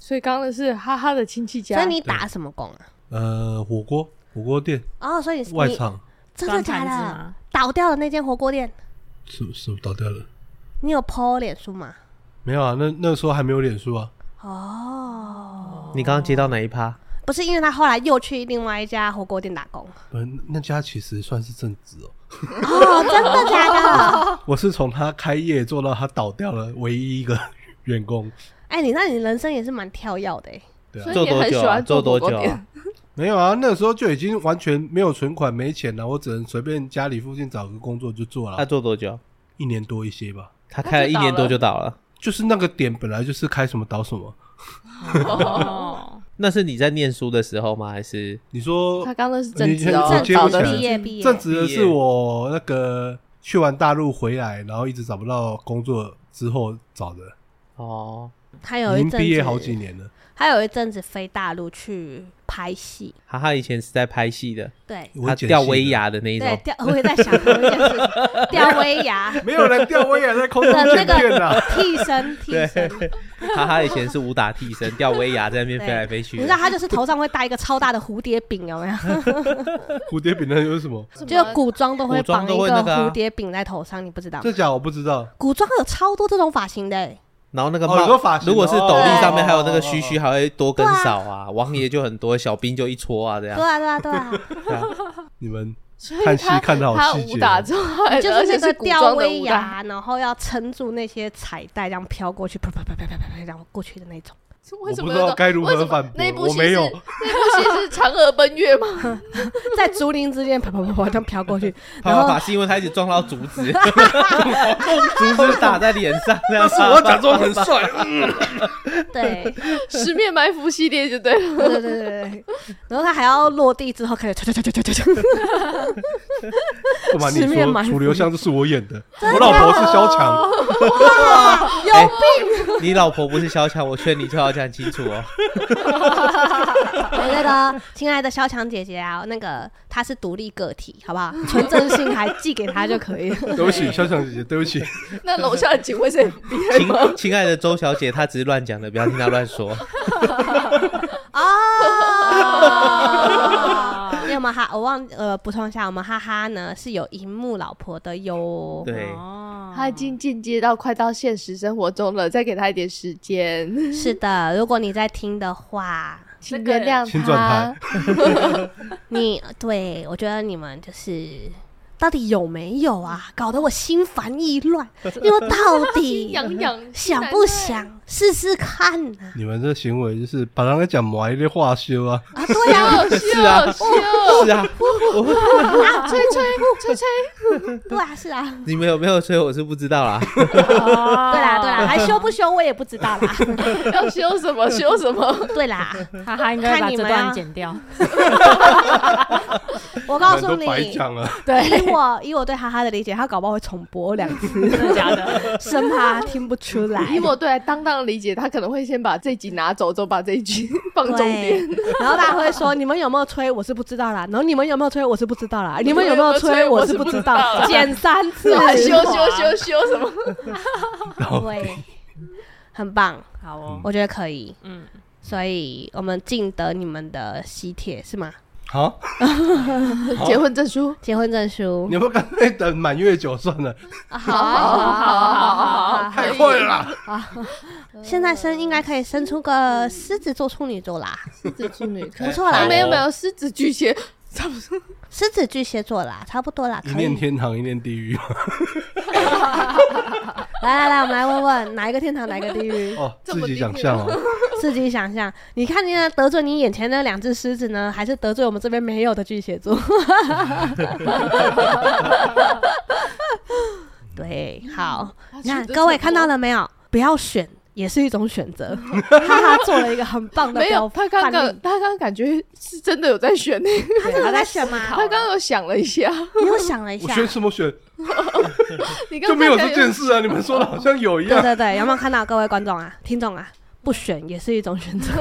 D: 所以刚刚的是哈哈的亲戚家，
B: 所以你打什么工啊？
C: 呃，火锅火锅店
B: 哦，所以你是
C: 外
B: 你
C: 场
B: 真的
E: 端
B: 假
E: 盘子
B: 的？
E: 吗？
B: 倒掉的那间火锅店，
C: 是不是不是倒掉了？
B: 你有 PO 脸书吗？
C: 没有啊，那那时候还没有脸书啊。
B: 哦，
A: 你刚刚接到哪一趴？
B: 不是，因为他后来又去另外一家火锅店打工。
C: 嗯，那家其实算是正职哦。
B: 哦，真的假的？
C: 我是从他开业做到他倒掉了，唯一一个员工。
B: (laughs) 哎、你那你人生也是蛮跳跃的哎、
C: 对
D: 所
C: 啊，
D: 以
A: 做
D: 你
A: 多
D: 很喜
A: 久啊？
D: 欢
A: 做多
D: 火锅
A: 久
D: 店
A: 啊？
C: 没有啊，那时候就已经完全没有存款，没钱了，啊我只能随便家里附近找个工作就做
A: 他
B: 啊
C: 了，
A: 做多久？
C: 一年多一些吧。
A: 他开了一年多就倒了。
C: 就是那个点本来就是开什么倒什么。
B: (laughs)
E: 哦，
A: 那是你在念书的时候吗？还是
C: 你说
D: 他刚刚的是正职
C: 我
D: 哦，
C: 接
D: 找
C: 不
D: 的
C: 起来
B: 毕业毕业，
C: 正职的是我那个去完大陆回来，然后一直找不到工作之后找的，
A: 哦？
B: 他有
C: 已
B: 一
C: 经
B: 阵
C: 毕业好几
B: 子，
C: 年了。
B: 他有一阵子飞大陆去拍戏，
A: 哈哈，以前是在拍戏的，
B: 对。
C: 我
A: 他
C: 剪
A: 吊
C: 戏的
A: 威，亚的那一
B: 对
A: 种，，
B: 吊 (laughs) 我也在想同一件事情，吊威
C: (laughs)
B: 亚
C: (laughs) 没有人吊威亚在空中啊
B: 的 (laughs) 那
C: 见面
B: 个
C: 啦。
B: 替身替身，
A: 哈哈，以前是武打替身，吊威亚在 (laughs) 那边飞
B: 对
A: 来飞去
B: 你
A: 的。
B: 知道他就是头上会戴一个超大的蝴蝶饼，有没有？
C: 蝴蝶饼那有
B: (laughs)
C: 什么？
D: 啊
B: 就古装都会
A: 古装
B: 绑
A: 都
B: 一
A: 会
B: 个
A: 那个啊
B: 蝴蝶饼在头上，你不知道吗？
C: 这假我不知道。
B: 古装有超多这种发型的欸、
A: 然后那个
C: 哦你说
A: 帽
C: 发，型
A: 如果是
C: 哦
A: 斗笠上面
C: 对
A: 还有那个须须，还会多根
B: 对啊
A: 少啊。
C: 哦
A: 王爷就很多，小兵就一撮啊，这样
B: 对。啊，对啊，对啊，
A: 对啊
C: 你们
D: 所以
C: 看戏
D: 他
C: 看得好
D: 他
C: 细节
D: 武打之外，
B: 就
D: 而
B: 那
D: 且
B: 个
D: 是古装
B: 吊
D: 的
B: 威
D: 武打，
B: 亚，然后要撑住那些彩带，这样飘过去，啪啪啪啪啪啪啪，然后过去的那种。
D: 是为什
C: 我
D: 么
C: 不知道该如何
D: 为什么
C: 反驳
D: 那部
C: 我
D: 戏
C: 没
D: 是
C: 有
D: 那部戏是嫦娥奔月吗？
B: 在竹林之间，啪啪啪啪这样飘过去，
A: 他
B: 然
A: 要
B: 后
A: 把是因为他一直撞到竹子，
B: (laughs)
A: 竹子打在脸上，这样。
C: 我假装很 (laughs) 帅，
B: 对对
D: 十面埋伏系列就对了。
B: 对对对对，然后他还要落地之后开始唰唰唰唰唰唰，
C: 不瞒你
B: 十面埋伏
C: 说，楚留香就是我
B: (laughs)
C: 演的，我老婆是萧蔷。
A: 有病！ (laughs) 你老婆不是萧蔷，我劝你最好讲清楚
C: (laughs)
A: 哦。
B: 哎那个亲爱的萧蔷姐姐啊，那个她是独立个体，好不好？纯正性还寄给她就可以了。
C: 对不起，萧蔷姐姐，对不起。
D: 那楼下的警卫是很厉害吗？
A: 亲亲爱的周小姐，她只是乱讲的，不要听她乱
B: (laughs)
A: 说。
D: (laughs)
B: 哦，因为我们哈，我忘呃补充一下，我们哈哈呢是有荧幕老婆的哟。
A: 对，
E: 哦
D: 他已经进阶到快到现实生活中了，再给他一点时间，
B: 是的，如果你在听的话，
D: 请原谅
C: 请转
D: 他
C: 台。
B: 你对我觉得你们就是到底有没有啊？搞得我心烦意乱，因为到底
D: 痒痒，
B: 想不 (laughs) 想试试看啊？
C: (laughs) 你们这行为就是把人家讲埋的话修啊，
B: 啊，对啊，
D: 秀秀秀！
A: 是啊，
B: 啊，吹吹吹吹，对啊，是啊，
A: 你们有没有吹我是不知
C: (laughs)
A: 道啦。
B: 对
D: 哦
E: 对
B: 啦对啦，还修不修我也不知道啦，
D: (laughs) 要修什么修什
B: (laughs)
D: 么，
B: 对啦，
E: 哈哈，应该把
B: 看你
E: 这
B: 们啊
E: 段剪掉。
B: 我
C: 不
B: 告
C: 然
B: 诉
C: 都
B: 你，
C: 白讲了。
B: (laughs) 以我以我对哈哈的理解，他搞不好会重播两次， (laughs) 真的假的？ (laughs) 生怕他听不出 (laughs) 来。
D: 以我对当当的理解，他可能会先把这集拿走，之后把这一集 (laughs) 放重
B: 对
D: 点。，
B: 然后大家会说你们有没有吹，我是不知道啦。然后你们有没有吹，我是不知 (laughs) 道啦。你们有没有吹，我是不知道。减三次 (laughs)
D: 之后，还修修修修什么？
B: 对，很棒，
E: 好哦，
B: 我觉得可以。
E: 嗯，
B: 所以我们尽得你们的喜帖是吗？
C: 好，
D: (laughs) 结婚证书？
B: 结婚证书
C: 你，们干脆等满月酒算了，
B: 好好好好，
C: 太快了啦。
B: 现在生应该可以生出个狮子座、处女座啦，
D: 狮子处女，可
B: 不错啦
D: 啊，没有没有，狮子巨蟹，差不多。
B: 狮子、巨蟹座啦，差不多啦，
C: 一
B: 可
C: 念
B: 以。
C: 天堂，一念地狱。
B: 来来来，我们来问问哪一个天堂，哪一个地狱？
C: 哦，
D: 这
C: 自
D: 么
C: 己
D: 低
C: 想
D: 调
C: 象哦。
B: 自己想象，你看你得罪你眼前的两只狮子呢，还是得罪我们这边没有的巨蟹座？
D: 嗯
B: 对，好，
D: 嗯
B: 你看各位看到了没有？不要选也是一种选
D: (laughs)
B: 择。哈哈，做了一个很棒的
D: 没有？
B: 标
D: 他刚
B: 范
D: 刚
B: 例。
D: 他刚刚感觉是真的有在选呢，
B: 他真的在选吗？
D: 他刚刚有想了一下，
B: 你又想了一
C: 我
B: 下，
C: 选什么选
D: 你刚
C: 就
D: 刚
C: 没有
D: 感
C: 这
D: 觉
C: 件事啊？你们说的好像有一
B: (laughs) 对
C: 样。
B: 对对，有没有看到各位观众啊、听众啊？不选也是一种选择。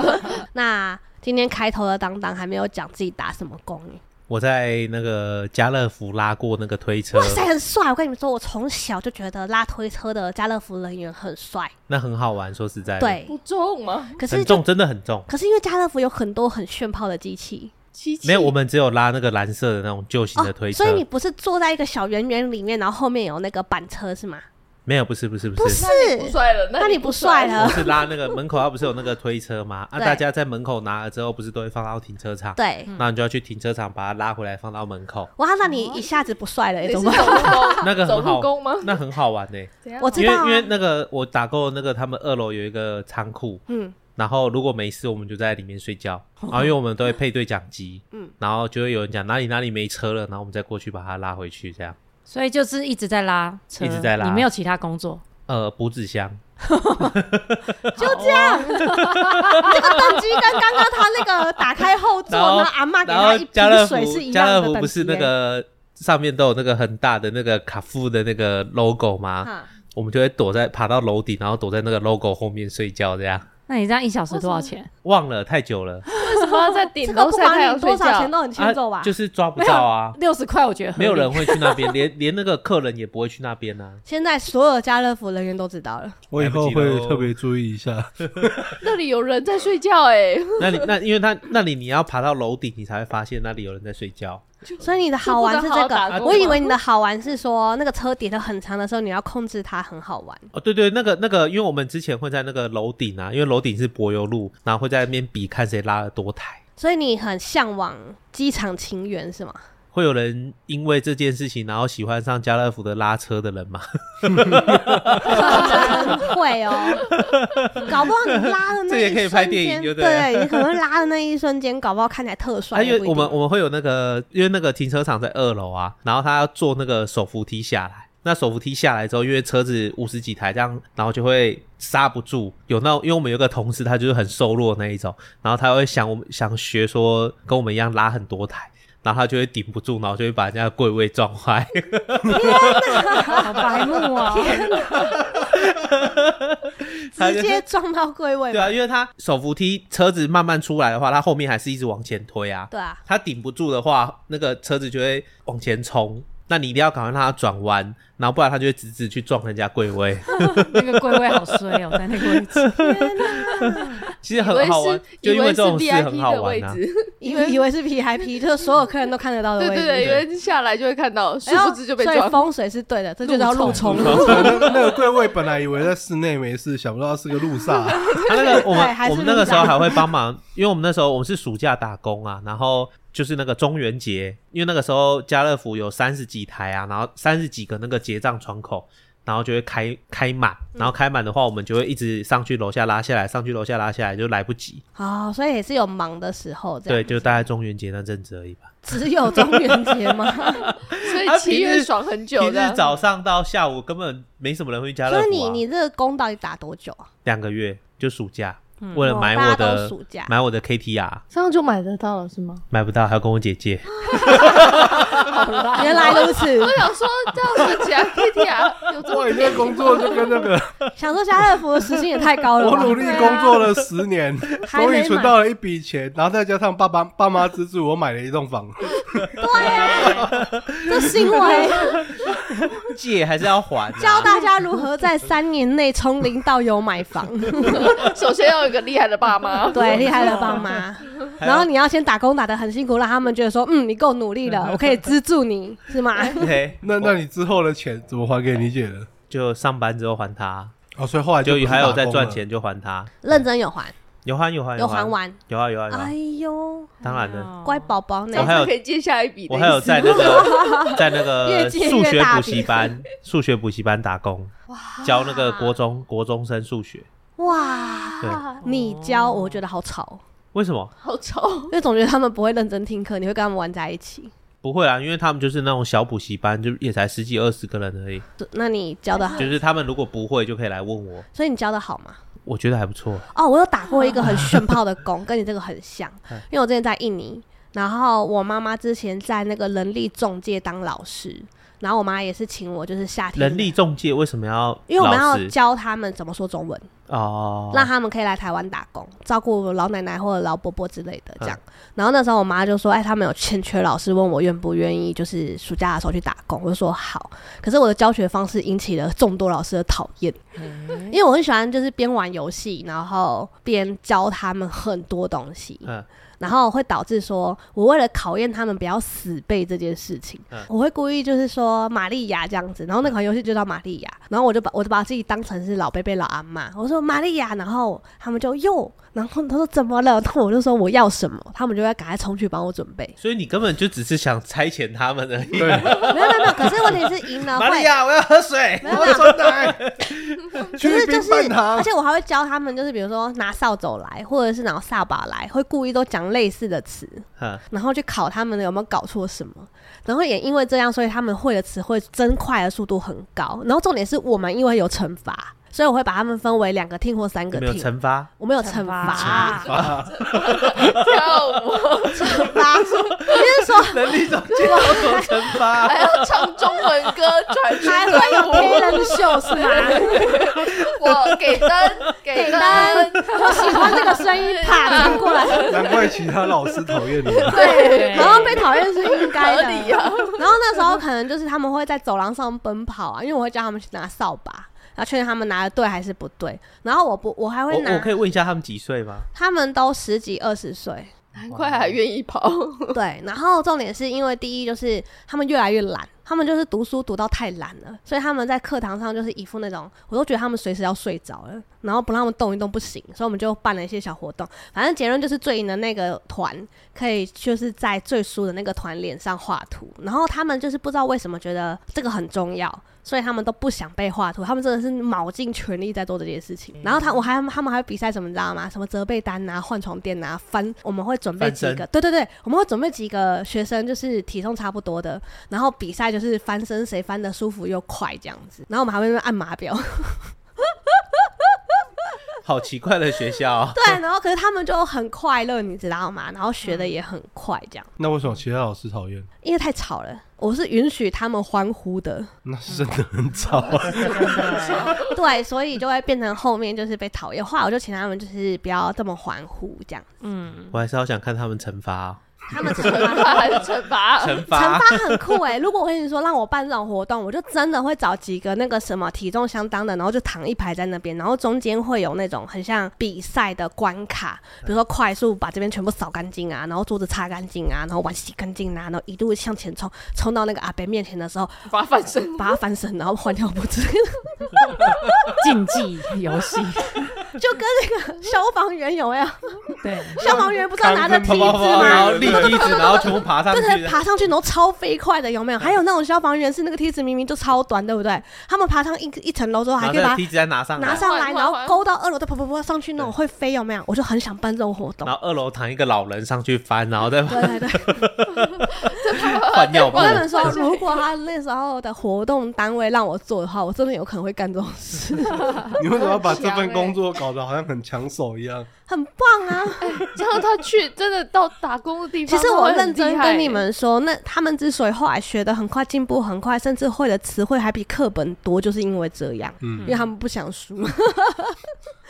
B: (laughs) 那今天开头的当当还没有讲自己打什么工，
A: 我在那个家乐福拉过那个推车
B: 哇，塞，很帅！我跟你们说，我从小就觉得拉推车的家乐福人员很帅，
A: 那很好玩。说实在，，
B: 对。
D: 不重吗？
B: 可是
A: 很
B: 就
A: 重，真的很重。
B: 可是因为家乐福有很多很炫炮的机器
D: 七七
A: 没有，我们只有拉那个蓝色的那种旧型的推车
B: 哦所以。你不是坐在一个小圆圆里面，然后后面有那个板车是吗？
A: 没有，不是，不是，不
B: 不
A: 是，
D: 那你不啊
B: 是，
D: 帅了，
B: 那你不帅
A: 我
B: 了。
A: 是拉那个门口，它不是有那个推车吗？啊，
B: 对
A: 大家在门口拿了之后，不是都会放到停车场？
B: 对，
A: 那你就要去停车场把它拉回来，放到门口，
B: 哇，那你一下子不帅了，
D: 你
B: 耶
D: 是
B: 怎
D: 走
B: 么
D: 路
B: 办？
D: 工，
A: 那个
D: 走
A: 很
D: 路
A: 好，
D: 工吗？
A: 那很好玩呢。
D: 怎样
B: 我知
A: 因为
B: 道啊
A: 因为那个我打过那个他们二楼有一个仓库，
B: 嗯，
A: 然后如果没事，我们就在里面睡觉。然后因为我们都会配对讲机，嗯，然后就会有人讲哪里哪里没车了，然后我们再过去把它拉回去，这样。
E: 所以就是一直在拉车，
A: 一直在拉
E: 你没有其他工作，
A: 呃，补纸箱，
B: 就这样，这个等级跟刚刚他那个打开后座，
A: 然后
B: 然后阿啊妈给
A: 然
B: 他
A: 后
B: 一
A: 家乐
B: 瓶
A: 福
B: 水是一
A: 家
B: 样的
A: 乐福
B: 等级耶。
A: 不是那个上面都有那个很大的那个卡夫的那个 logo 吗？
B: 啊，
A: 我们就会躲在爬到楼顶，然后躲在那个 logo 后面睡觉，这样。
E: 那你这样一小时多
A: (laughs)
E: 少钱？
A: 忘了太久了啊
D: 为什么要在顶
B: 这个
D: 楼
B: 不
D: 晒太
B: 管
D: 阳
B: 你多
D: 睡
B: 少钱
D: 觉？
B: 都很欠揍吧？
A: 就是抓不到啊，
E: 六十块，我觉得合
A: 没
E: 理
A: 有人会去那
B: (laughs)
A: 边，连连那个客人也不会去那边啊。
B: 现在所有家乐福人员都知道了，
C: 我以后
A: 来不
C: 会
A: 及喽
C: 特别注意一
B: (laughs)
C: 下。
D: 那里有人在睡觉哎，
A: 那你那因为他那里你要爬到楼顶，你才会发现那里有人在睡觉。
B: 所以你的好玩是这
D: 就不知道好好打
B: 个。
D: 工
B: 我以为你的好玩是说那个车叠的很长的时候，你要控制它很好玩。
A: 哦，对对，那个那个，因为我们之前会在那个楼顶啊，因为楼顶是柏油路，然后会在那边比看谁拉的多台。
B: 所以你很向往机场情缘
D: (laughs)
B: 是吗？
A: 会有人因为这件事情，然后喜欢上家乐福的拉车的人
B: (laughs)
A: 吗？
B: 会哦，搞不好你拉的那一瞬间
A: (laughs) 这也可以拍电影就对了 (laughs)
B: 对你可能拉的那一瞬间，搞不好看起来特帅
A: 啊，因
B: 也
A: 为
B: 不一定。
A: 我们我们会有那个，因为那个停车场在二楼啊，然后他要坐那个手扶梯下来。那手扶梯下来之后，因为车子五十几台这样，然后就会刹不住。有那，因为我们有个同事，他就是很瘦弱那一种，然后他会想我们想学说跟我们一样拉很多台，然后他就会顶不住，然后就会把人家的柜位撞坏。 (laughs)
E: 好白目 (laughs) 啊！
A: 他就
B: 直接撞到柜位
A: 对
B: 嘛，
A: 啊，因为他手扶梯车子慢慢出来的话，他后面还是一直往前推啊。
B: 对
A: (laughs)
B: 啊，
A: 他顶不住的话，那个车子就会往前冲。那你一定要赶快让它转弯，然后不然它就会直直去撞人家柜
D: (laughs)
A: 位。
E: 那个柜位好衰哦，在那个位置，
A: 其实
D: 以为
A: 很好玩
D: 是，
A: 就
D: 以
A: 因
D: 为是
A: 这种事
D: VIP
A: 很好
D: 的位
A: 玩啊。
D: 置，
B: 以为以为是
A: (laughs)
B: VIP，就是所有客人都看得到的
D: 对
B: 位置。
D: 对对，以为下来就会看到，殊
B: 哎呦
D: 不知就被
B: 所以
D: 抓。
B: 风水是对的，这就叫路冲。
C: 那个 (laughs) 那个柜位本来以为在室内没事，想不到是个路煞。
A: 他那
D: (laughs)
A: 个我
B: 还
A: 们
B: 是
A: 我们那个时候还会帮忙，因为我们那时候我们是暑假打工啊，然后就是那个中元节，因为那个时候家乐福有三十几台啊，然后三十几个那个结账窗口，然后就会开开满，
D: 嗯
A: 然后开满的话，我们就会一直上去楼下拉下来，上去楼下拉下来就来不及。
B: 哦，所以也是有忙的时候，这
A: 对，
B: 样
A: 就大概中元节那阵子而已吧。
B: 只有中元
A: (laughs)
B: 节吗？
D: (laughs) 所
A: 啊
D: 以七
A: 平
D: 月
A: 日
D: 爽很久
A: 平
D: 的
A: 日。早上到下午根本没什么人会去家乐
B: 所
A: 福、
B: 以你
A: 啊。
B: 你这个工到底打多久啊？
A: 两个月就暑假，为了
B: 哦
A: 买
B: 大
A: 我
B: 家都
A: 的
B: 暑假
A: 买我的 KTR，
D: 这样就买得到了是 (laughs) 吗？
A: 买不到还要跟我姐
B: (laughs)
A: 借。
B: 原来如此，
D: 我想说，这样子起来 K T R 有这么
C: (laughs) 哇，你这工作就跟那个，
B: 想说家乐福的时薪也太高了
A: (laughs)
C: (laughs) 我
B: 吧？
C: 努力工作了
B: (laughs)
C: 十年，
B: 啊还没
C: 终于存到了一笔钱，然后再加上爸爸爸妈资助，我买了一栋 (laughs) 房。
B: 对呀、这行为
A: 借还是要还、啊。
B: 教大家如何在三年内从零到有买房，
D: (laughs) 首先要有一个厉害的爸
B: (laughs)
D: 妈。
B: 对，厉害了爸妈。然后你要先打工打得很辛苦，让他们觉得说，嗯，你够努力 (laughs) 了，我可以资助你，是吗？
A: 对，
C: 那那你之后的钱怎么还给你姐的？
A: 就上班之后还他，
C: 哦，所以后来
A: 就
C: 不是
A: 还有
C: 打工
A: 在
C: 了
A: 赚，钱就还他，
B: (laughs) 认真有
A: (laughs)
B: 还，
A: 有还有还
B: 有还
A: 还，
B: 完。
A: 有啊有啊有啊
B: 哎，呦，哦
A: 当然了。
B: 乖宝宝
D: 这样
A: 我还
B: 呢？
A: 有
D: 子可以接下一笔的
A: 我
D: 意思。
A: 还有在那
B: (laughs)
A: 个在那个
B: 越借越
A: 数学
B: 大
A: 补
B: 笔
A: 习班，数学补习班打工，教那个国中国中生数学。
B: 哇，
A: 对，
B: 你教我觉得好吵，
A: 为什么？
D: 好丑
B: 因，为总觉得他们不会认真听课，你会跟他们玩在一起。
A: 不会啦，因为他们就是那种小补习班，就也才十几二十个人而已。
B: 那你教的好，
A: 就是他们如果不会，就可以来问我，
B: 所以你教的好吗？
A: 我觉得还不错。
B: 哦，我有打过一个很炫炮的工，跟你这个很
A: (laughs)
B: 像，
A: 哎
B: 因为我之前在印尼，然后我妈妈之前在那个人力中介当老师，然后我妈也是请我，就是夏天
A: 人力，中介为什么要
B: 因为我们
A: 老
B: 要
A: 师
B: 教他们怎么说中文，
A: 哦？
B: 让他们可以来台湾打工，照顾老奶奶或者老伯伯之类的这样。
A: 嗯
B: 然后那时候我妈就说：“哎，他们有欠缺老师，问我愿不愿意，就是暑假的时候去打工。”我就说好。可是我的教学方式引起了众多老师的讨厌，
A: 嗯
B: 因为我很喜欢就是边玩游戏，然后边教他们很多东西。
A: 嗯
B: 然后会导致说，我为了考验他们不要死背这件事情，
A: 嗯
B: 我会故意就是说玛利亚这样子，然后那款游戏就叫玛利亚，然后我就把我就把自己当成是老贝贝老阿妈，我说玛利亚，然后他们就哟，然后他说怎么了？然后我就说我要什么，他们就会赶快冲去帮我准备
A: (laughs) 。所以你根本就只是想差遣他们而 (laughs) 已。
C: (laughs) (laughs)
B: 没
C: 对，
B: 有没有没有，可是问题是赢了
A: 玛
B: 会
A: 利。亚，我要喝水。
B: 没有
C: 我
B: 没有，
C: 真
B: (laughs)
C: 的哎
B: 可
C: 去
B: 是就
C: 冰
B: 是，
C: 半
B: 而
C: 糖。 (laughs)
B: 且我还会教他们，就是比如说拿扫帚来，或者是拿扫把来，会故意都讲类似的词。
A: 嗯
B: 然后去考他们有没有搞错什么，然后也因为这样，所以他们会的词汇真快的速度很高。然后重点是我们因为有惩罚，所以我会把他们分为两个 team 或三
A: 有
B: 个
A: 没有
B: team。
A: 惩 (laughs) 罚？
B: 我们有惩罚，
C: 啊
D: 跳舞
B: 惩罚，就是 (laughs) 说
A: 人力中介有什么惩 (laughs) 罚？
D: 还要唱中文歌转出
B: 还会有
D: 舞。
B: 黑 (laughs) 人秀是吗？ (laughs)
D: 我给灯，给灯，
B: 我喜欢这个声音，啪转过来，
C: 难怪其他老师讨厌你。
B: (laughs)
C: 啊
B: 对，然后被讨厌是应该
D: 合
B: 的。
D: 理啊！
B: (laughs) 然后那时候可能就是他们会在走廊上奔跑啊，因为我会叫他们去拿扫把，然后确认他们拿的对还是不对。然后我不，我还会
A: 我
B: 拿
A: 我可以问一下他们几岁吗？
B: 他们都十几二十岁，
D: 难怪还愿意跑。
B: (laughs)
D: (laughs)
B: 对。然后重点是因为第一就是他们越来越懒，他们就是读书读到太懒了，所以他们在课堂上就是一副那种，我都觉得他们随时要睡着了，然后不让他们动一动不行，所以我们就办了一些小活动。反正结论就是最赢的那个团可以就是在最输的那个团脸上画图，然后他们就是不知道为什么觉得这个很重要。所以他们都不想被画图，他们真的是卯尽全力在做这件事情。然后他，我还他们还会比赛什么，你知道吗？什么折被单啊、换床垫啊、翻，我们会准备
A: 翻
B: 几
A: 身
B: 个，对对对，我们会准备几个学生，就是体重差不多的，然后比赛就是翻身谁翻的舒服又快这样子。然后我们还会在那边按码表，
A: 好奇怪的学校 (laughs) 哦。
B: 对，然后可是他们就很快乐，你知道吗？然后学的也很快，这样，
C: 那为什么其他老师讨厌？
B: 因为太吵了，我是允许他们欢呼的，
C: 那是真的很吵啊！
B: (laughs) 对，所以就会变成后面就是被讨厌。后来我就请他们就是不要这么欢呼，这样，
A: 我还是好想看他们惩罚哦。
B: 他们惩
D: 惩
B: 罚。
D: 罚还是惩罚？
A: 呃惩
B: 惩
A: 罚
B: 罚很酷哎、如果我跟你说让我办这种活动，我就真的会找几个那个什么体重相当的，然后就躺一排在那边，然后中间会有那种很像比赛的关卡，比如说快速把这边全部扫干净啊，然后桌子擦干净啊，然后碗洗干净啊，然后一路向前冲，冲到那个阿伯面前的时候，
D: 罚翻身。
B: 把他翻身，然后换尿布之类的。
F: 竞技游戏，
B: (laughs) 就跟那个消防员有没有？
E: 对，
B: 消防员不是要拿着梯子
C: 扛着包包
B: 吗？
A: 然后立梯子，然后全部爬上 (laughs)
B: 对对，
A: 去
B: 对，爬上去，然后超飞快的，有没有？还有那种消防员是那个梯子明明就超短，对不对？他们爬上一一层楼之后，还
A: 然后
B: 可以
A: 那个
B: 把
A: 梯子再拿上
B: 它
A: 来
B: 拿，上来，
D: 换
B: 然后
D: 换
B: 勾到二楼，再啪啪啪上去那种
A: 对
B: 会飞，有没有？我就很想办这种活动
A: 然。后二楼躺一个老人上去翻，然后
B: (laughs)
A: 再
B: 对对对，
A: (laughs) 换尿布
B: 我。跟你们说，如果他那时候的活动单位让我做的话，我真的有可能会干这种事， (laughs)
C: 你为什么要把这份工作搞得好像很抢手一样？
B: 很棒
D: (laughs)
B: 啊！
D: 然后他去真的到打工的地
B: 其
D: 方，
B: 实
D: 他
B: 我
D: 会很
B: 认真
D: 厉害
B: 跟你们说，那他们之所以后来学的很快，进步很快，甚至会的词汇还比课本多，就是因为这样，因
C: 嗯，
B: 为他们不想输。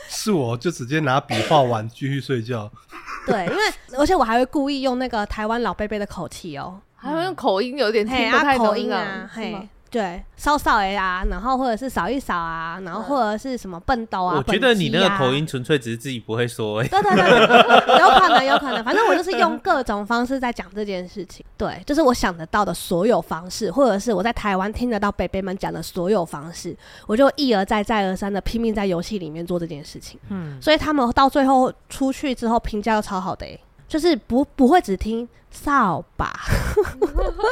C: 是我就直接拿笔画完继续睡觉。
B: (laughs) 对，因为而且我还会故意用那个台湾老贝贝的口气哦、
D: 还会用口音，有点听
B: 嘿
D: 不
B: 啊
D: 太懂
B: 口音啊，
D: 是吗
B: 嘿，对，扫扫哎啊，然后或者是扫一扫啊，
D: 嗯
B: 然后或者是什么笨斗啊，
A: 我觉得你那个
B: 本机啊
A: 口。音纯粹只是自己不会说而欸已。
B: 对对对，有可能有可能，反正我就是用各种方式在讲这件事情。对，就是我想得到的所有方式，或者是我在台湾听得到北北们讲的所有方式，我就一而再再而三的拼命在游戏里面做这件事情。
E: 嗯，
B: 所以他们到最后出去之后评价都超好的、欸，就是不不会只听扫把。 (laughs)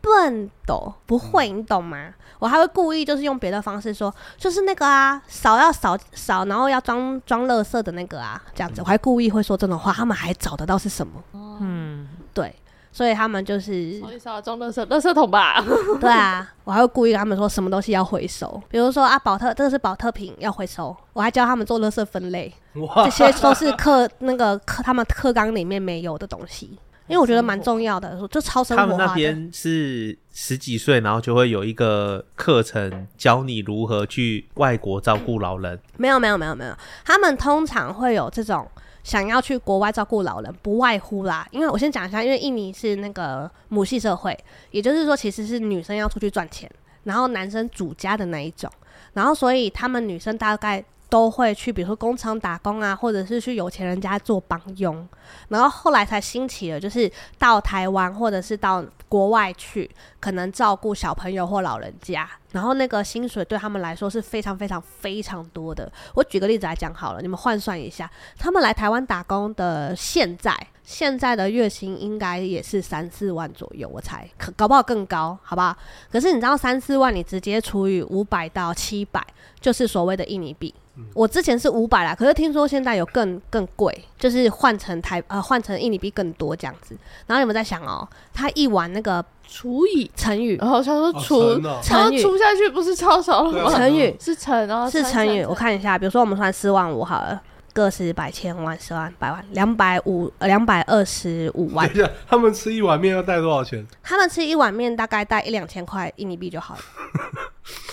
B: 笨斗不会，你懂吗？我还会故意就是用别的方式说，就是那个啊，扫要扫扫，然后要装装垃圾的那个啊，这样子，我还故意会说这种话，他们还找得到是什么？
E: 嗯，
B: 对，所以他们就是
D: 不好意思啊，装垃圾，垃圾桶
C: (laughs)
D: 吧。
B: 对啊，我还会故意跟他们说什么东西要回收，比如说啊，保特这个是保特瓶要回收，我还教他们做垃圾分类，
C: 哇
B: 这，些都是课那个课他们课纲里面没有的东西，因为我觉得蛮重要的，就超生活
A: 他
B: 化的。
A: 们那边是十几岁，然后就会有一个课程教你如何去外国照顾老人。
B: 没有没有没有没有，他们通常会有这种想要去国外照顾老人，不外乎啦，因为我先讲一下，因为印尼是那个母系社会，也就是说其实是女生要出去赚钱，然后男生主家的那一种，然后所以他们女生大概。都会去，比如说工厂打工啊，或者是去有钱人家做帮佣，然后后来才兴起了，就是到台湾或者是到国外去，可能照顾小朋友或老人家，然后那个薪水对他们来说是非常非常非常多的。我举个例子来讲好了，你们换算一下，他们来台湾打工的现在现在的月薪应该也是三四万左右，我猜，可搞不好更高，好不好？可是你知道三四万，你直接除以五百到七百，就是所谓的印尼币。我之前是五百啦，可是听说现在有更更贵，就是换成台呃换成印尼币更多这样子。然后你们在想哦，他一碗那个
D: 除以，
B: 成语
D: 然后他说
C: 好
D: 除
C: 沉，哦，
D: 然后
B: 成语
D: 除下去不是超少了
C: 对
D: 吗
C: 啊？
B: 成语
D: 是成哦，
B: 是成语，
D: 乘
B: 我，看一下，比如说我们算四万五好了，个是百千万十万百万两百五呃两百二十五万
C: 等一，下，他们吃一碗面要带多少钱？
B: 他们吃一碗面大概带一两千块印尼币就好了。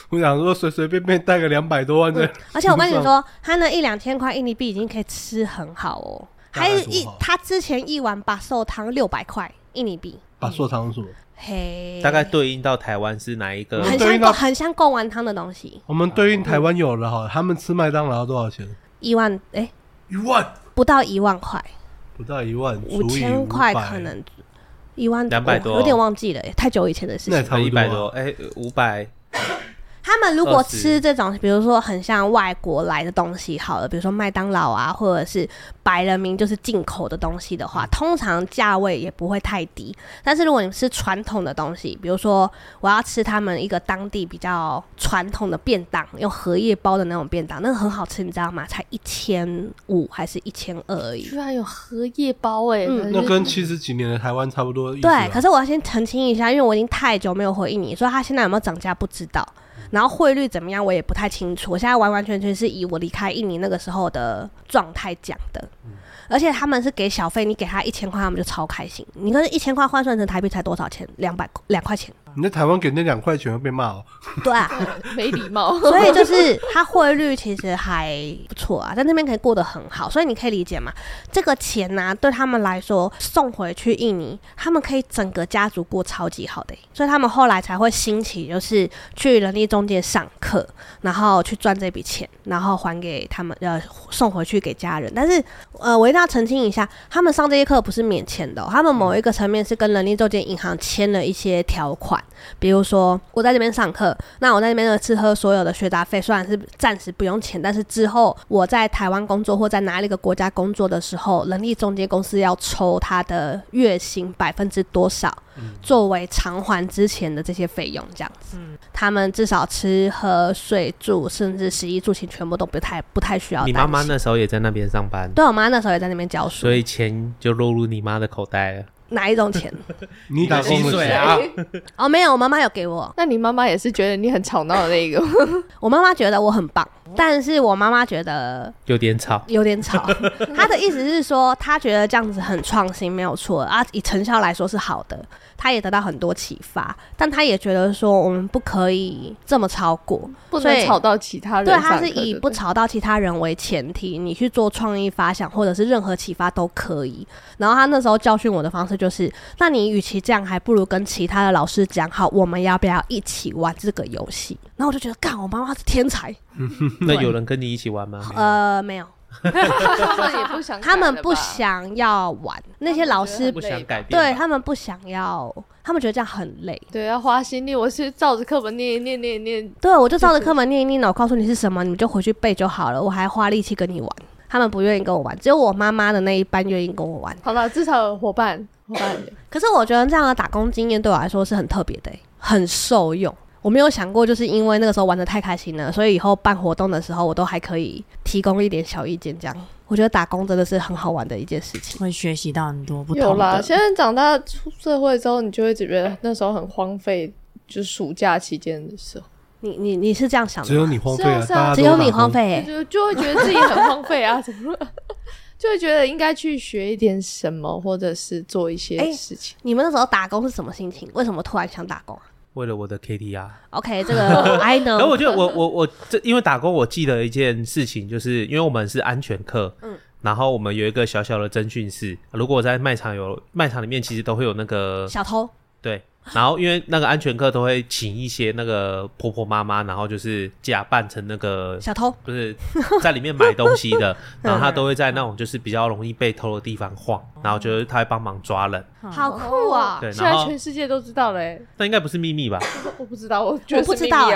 C: 我想说随随便便带个两百多万的，
B: 而且我跟你说，他那一两千块印尼币已经可以吃很好哦，
C: 大概
B: 还有
C: 多啊
B: 一
C: 好
B: 他之前一碗把寿汤六百块印尼币，
C: 把硕汤什么？
B: 嘿，
A: 大概对应到台湾是哪一个
C: 我？们
B: 很
C: 对
B: 像
C: 应到
B: 贡很像贡丸汤的东西，
C: 我们对应台湾有了哈，他们吃麦当劳多少钱？
B: 一万哎、
C: 一万，
B: 不到一万块，
C: 不到一万，
B: 五
C: 除以
B: 千块
C: 500
B: 可，能一万
A: 200多
B: 我有点忘记了耶，太久以前的事
C: 那
B: 情
C: 也。差不
A: 一百多，
C: 多啊。
A: 哎，五百
B: 他们如
A: 20
B: 果吃这种，比如说很像外国来的东西，好了，比如说麦当劳啊，或者是白人民就是进口的东西的话，通常价位也不会太低。但是如果你吃传统的东西，比如说我要吃他们一个当地比较传统的便当，用荷叶包的那种便当，那个很好吃，你知道吗？才一千五还是一千二而已
D: 居。然有荷叶包哎，
B: 嗯
C: 那
D: 就是
C: 跟七十几年的台湾差不多的意思啊。
B: 对，可是我要先澄清一下，因为我已经太久没有回应你，所以它现在有没有涨价不知道，然后汇率怎么样我也不太清楚。我现在完完全全是以我离开印尼那个时候的状态讲的，而且他们是给小费，你给他一千块，他们就超开心。你跟一千块换算成台币才多少钱？两百两块钱。
C: 你在台湾给那两块钱会被骂哦。
B: 对啊，
D: 没礼貌。
B: (laughs) 所以就是它汇率其实还不错啊，在那边可以过得很好，所以你可以理解嘛。这个钱呢、对他们来说送回去印尼，他们可以整个家族过超级好的欸、所以他们后来才会兴起，就是去人力中介上课，然后去赚这笔钱，然后还给他们呃送回去给家人。但是呃，我一定要澄清一下，
A: 嗯
B: 他们上这些课不是免钱的哦、他们某一个层面是跟人力中介银行签了一些条款。换。比如说，我在这边上课，那我在那边的吃喝所有的学杂费虽然是暂时不用钱，但是之后我在台湾工作或在哪里一个国家工作的时候，人力中介公司要抽他的月薪百分之多少，
A: 嗯
B: 作为偿还之前的这些费用，这样子。他们至少吃喝睡住，甚至食衣住行全部都不太不太需要担
A: 你
B: 心。
A: 妈妈那时候也在那边上班，
B: 对我妈那时候也在那边教书
A: 所，以钱就落入你妈的口袋了。
B: 哪一种钱？ (laughs)
C: 你 (laughs) 打工
A: 薪
C: 的
A: 水
C: 时候
A: 啊，
B: 哦，没有，我妈妈有给我。
D: (laughs) 那你妈妈也是觉得你很吵闹的那
B: (laughs)
D: 一个吗，
B: 我妈妈觉得我很棒，但是我妈妈觉得
A: 有点
B: (laughs)
A: 吵，
B: 有
A: (laughs)
B: 点吵。她的意思是说，她觉得这样子很创新，没有错啊。以成效来说是好的，她也得到很多启发，但她也觉得说我们不可以这么超过。
D: 不
B: 所
D: 能
B: 以
D: 吵到其他人
B: 对，
D: 上课。
B: 她是以
D: 对
B: 不
D: 对
B: 吵到其他人为前提，你去做创意发想或者是任何启发都可以。然后她那时候教训我的方式就是，那你与其这样，还不如跟其他的老师讲好，我们要不要一起玩这个游戏？然后我就觉得，干，我妈妈是天才。
A: 那有人跟你一起玩吗？
B: 呃，没有，
D: 他们 (laughs) 也不想，
B: 他们不。想要玩，那些老师
A: 不想改变吧，
B: 对他们不想要，他们觉得这样很累。
D: 对，要花心力，我是照着课本念一念念一念，
B: 对，我就照着课本念一念，我告诉你是什么，你们就回去背就好了，我还花力气跟你玩。他们不愿意跟我玩，只有我妈妈的那一班愿意跟我玩。
D: 好了，至少有伙伴，伙伴。
B: 可是我觉得这样的打工经验对我来说是很特别的欸、很受用。我没有想过，就是因为那个时候玩的太开心了，所以以后办活动的时候，我都还可以提供一点小意见。这样，我觉得打工真的是很好玩的一件事情。
F: 会学习到很多不
D: 有
F: 同
D: 啦，
F: 的。
D: 现在长大出社会之后，你就会觉得那时候很荒废，就是暑假期间的时候，
B: 你你你是这样想的
C: 只有
B: 吗？
C: 你荒废
D: 是
C: 了，
D: 啊是啊
C: 大家都
B: 只有你
C: 打工
B: 荒废、欸，
D: 就就会觉得自己很荒废啊，怎么了？就会觉得应该去学一点什么，或者是做一些
B: 哎
D: 事情。
B: 你们那时候打工是什么心情？为什么突然想打工 (laughs) 啊
A: 为了我的 KTR。
B: ？OK，这个 (laughs) I
A: 然后
B: know，
A: 我觉得我我我这因为打工，我记得一件事情，就是因为我们是安全课，嗯，然后我们有一个小小的侦讯室。如果我在卖场有卖场里面，其实都会有那个
B: 小偷
A: 对，然后因为那个安全课都会请一些那个婆婆妈妈，然后就是假扮成那个
B: 小偷，
A: 不是在里面买东西的，然后她都会在那种就是比较容易被偷的地方晃，然后就是她会帮忙抓人。
B: 好酷啊！
A: 对，
D: 现
A: 然
D: 在
A: 后
D: 全世界都知道嘞、欸
A: 那应该不是秘密吧？
D: 我不知道，我觉
B: 我
D: 得
B: 不
D: 是
B: 知
D: 秘密
B: 道
D: 啊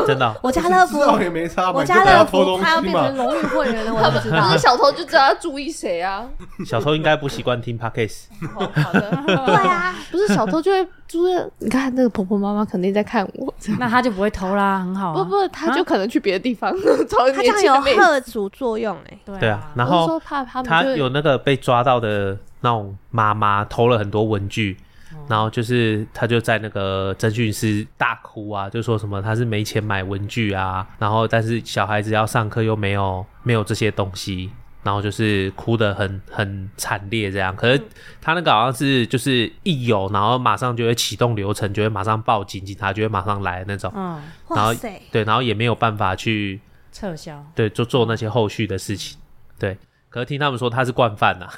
B: 欸，
A: 真的哦、
B: 我家乐福
C: 知，道也没差嘛，
B: 我
C: 你就
B: 家
C: 不要
B: 乐
C: 偷
B: 福
C: 东
B: 快要
C: 西
B: 变
C: 嘛
B: 成。荣誉会员哎了，我都不知道
D: 那。小偷就知道要注意谁啊。
A: 小时候应该不习惯听 podcast。
D: 哦
B: (laughs)
D: 好
B: (laughs)
D: 的，
E: (laughs)
B: 对啊，
D: 不是小偷就会就是，你看那个婆婆妈妈肯定在看我，
F: 那他就不会偷啦，很好啊。
D: 不不，她就可能去别的地方找
B: 哦啊它这
D: 年轻
B: 样
D: 的妹
B: 有
D: 子。
B: 贺主作用哎、
A: 对
F: 对
A: 啊
F: 啊，，
A: 然
D: 我是
A: 后
D: 说怕他
A: 他
D: 们就
A: 有那个被抓到的那种妈妈偷了很多文具，
D: 哦
A: 然后就是他就在那个侦讯室大哭啊，就说什么他是没钱买文具啊，然后但是小孩子要上课又没有没有这些东西。然后就是哭得很很惨烈这样，可
D: 嗯
A: 是他那个好像是就是一有，然后马上就会启动流程，就会马上报警，警察就会马上来的那种。
F: 嗯，
A: 然后
B: 哇塞，
A: 对，然后也没有办法去
F: 撤销。
A: 对，就做那些后续的事情。对，可是听他们说他是惯犯呐、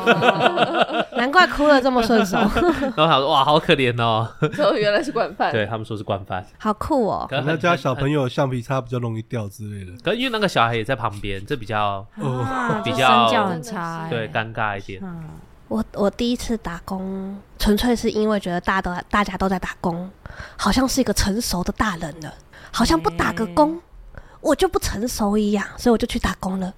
A: (laughs)
B: (laughs) 难怪哭的这么顺
D: (laughs)
B: 手，
A: 然后他说哇，好可怜哦。
D: 之后原来是惯犯，
A: 对他们说是惯犯，
B: 好酷哦、
A: 可是
C: 那
A: 很嗯
C: 家小朋
A: 友，
C: 友橡皮擦比较容易掉之类的。
A: 可是因为那个小孩也在旁边，这比较
C: 哦，
F: 啊，
A: 比
F: 这
A: 较
F: 身教很
B: 哎
F: 差欸。
A: 对尴尬一点。
F: 嗯，
B: 我我第一次打工，纯粹是因为觉得大都大家都在打工，好像是一个成熟的大人了，好像不打个工、
D: 嗯
B: 我就不成熟一样，所以我就去打工了。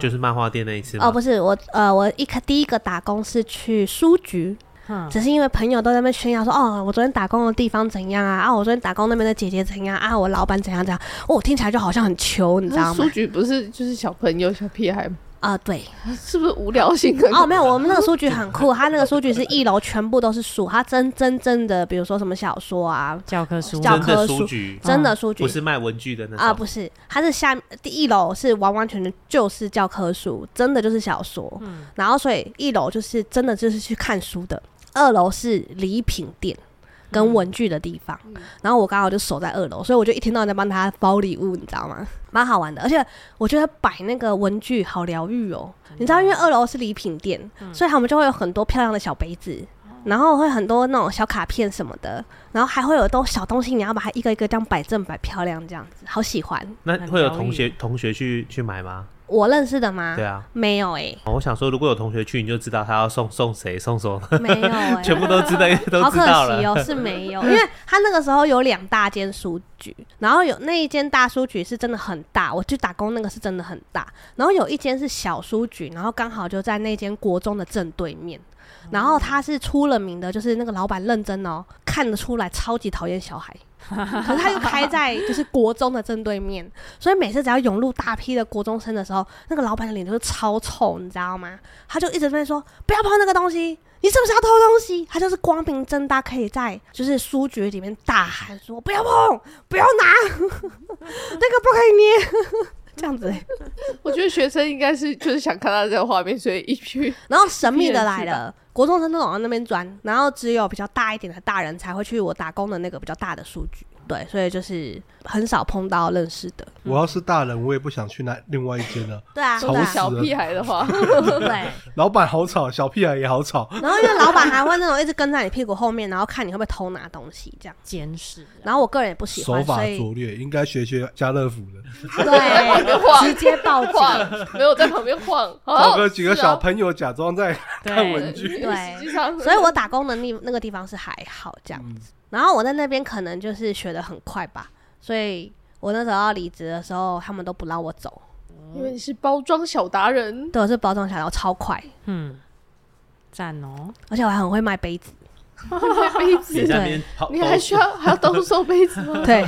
A: 就是漫画店那一次嘛
B: 哦，不是我，呃，我一开第一个打工是去书局，
D: 啊
F: 嗯
B: 只是因为朋友都在那边炫耀说，哦，我昨天打工的地方怎样啊，啊，我昨天打工那边的姐姐怎样啊，我老板怎样怎样，哦，我听起来就好像很穷，你知
D: 那
B: 道吗
D: 书？局不是就是小朋友小屁孩吗， (laughs)
B: 啊、对，
D: 是不是无聊性 (laughs) 很？
B: 哦，没有，我们那个书局很酷，它那个书局是一楼全部都是书，它真真正的，比如说什么小说啊，
F: 教科书
B: 教
A: 真
B: 科
A: 的
B: 书
A: 书局，
B: 真的书局
A: 不是卖文具的那种
B: 啊，不是，它是下第一楼是完完全全就是教科书，真的就是小说。
A: 嗯
B: 然后所以一楼就是真的就是去看书的，二楼是礼品店。
A: 嗯
B: 跟文具的地方，然后我刚好就守在二楼，所以我就一天到晚在帮他包礼物，你知道吗？蛮好玩的，而且我觉得摆那个文具好疗愈哦。你知道，因为二楼是礼品店，
A: 嗯
B: 所以他们就会有很多漂亮的小杯子，
A: 哦
B: 然后会很多那种小卡片什么的，然后还会有都小东西，你要把它一个一个这样摆正摆漂亮，这样子好喜欢。
A: 那会有同学同学去去买吗？
B: 我认识的吗？
A: 对啊，
B: 没有哎、
A: 哦我想说，如果有同学去，你就知道他要送送谁送什么，
B: 没有哎、
A: (laughs) 全部都
B: (laughs)
A: 知道，都知
B: 好可
A: 道
B: 惜
A: 了。
B: 哦，是没有，因为他那个时候有两大间书局，然后有那一间大书局是真的很大，我去打工那个是真的很大，然后有一间是小书局，然后刚好就在那间国中的正对面，然后他是出了名的，就是那个老板认真哦，看得出来超级讨厌小孩。可是他又开在就是国中的正对面，所以每次只要涌入大批的国中生的时候，那个老板的脸就是超臭，你知道吗？他就一直在说不要碰那个东西，你是不是要偷东西？他就是光明正大可以在就是书局里面大喊说不要碰，不要拿， (laughs) 那个不可以捏， (laughs) 这样子欸、
D: 我觉得学生应该是就是想看到这个画面，所以
B: (laughs)
D: 一去
B: 然后神秘的
D: 一
B: 来 (laughs)
D: 人
B: 了，国中生都往那边钻，然后只有比较大一点的大人才会去我打工的那个比较大的书局。对，所以就是很少碰到认识的。
C: 我要是大人，我也不想去那另外一间了。
B: 对啊，
C: 吵
B: 对啊
C: 死
D: 小屁孩
B: (laughs)
D: 的话，
E: (laughs)
B: 对。
C: 老板好吵，小屁孩也好吵。
B: 然后因为老板还会那种一直跟在你屁股后面，然后看你会不会偷拿东西这样。
F: 监视，
B: 然后我个人也不喜
C: 手
B: 欢，
C: 法
B: 所以
C: 拙劣，应该学学家乐福的。 (laughs)
B: 对，直接报警。
D: 晃，没有在旁边晃，哦
C: 找
D: 好
C: 个几个小朋友假
D: (laughs)
C: 装在看文
F: 对，
C: 具，
B: 对
D: 啊实际上，
B: (laughs) 所以我打工能力那个地方是还好
A: 嗯
B: 这样子。然后我在那边可能就是学的很快吧，所以我那时候要离职的时候，他们都不让我走。
D: 因为你是包装小
B: (laughs)
D: 达人，
B: 对，我是包装小刀超快，
F: 嗯，赞哦，
B: 而且我还很会卖
A: (laughs)
B: 杯子。
D: 杯
C: (laughs)
A: 你
D: 子，
A: 在那边跑，
D: 你还需要还要兜售杯子
B: (laughs)
D: 吗？
B: 对，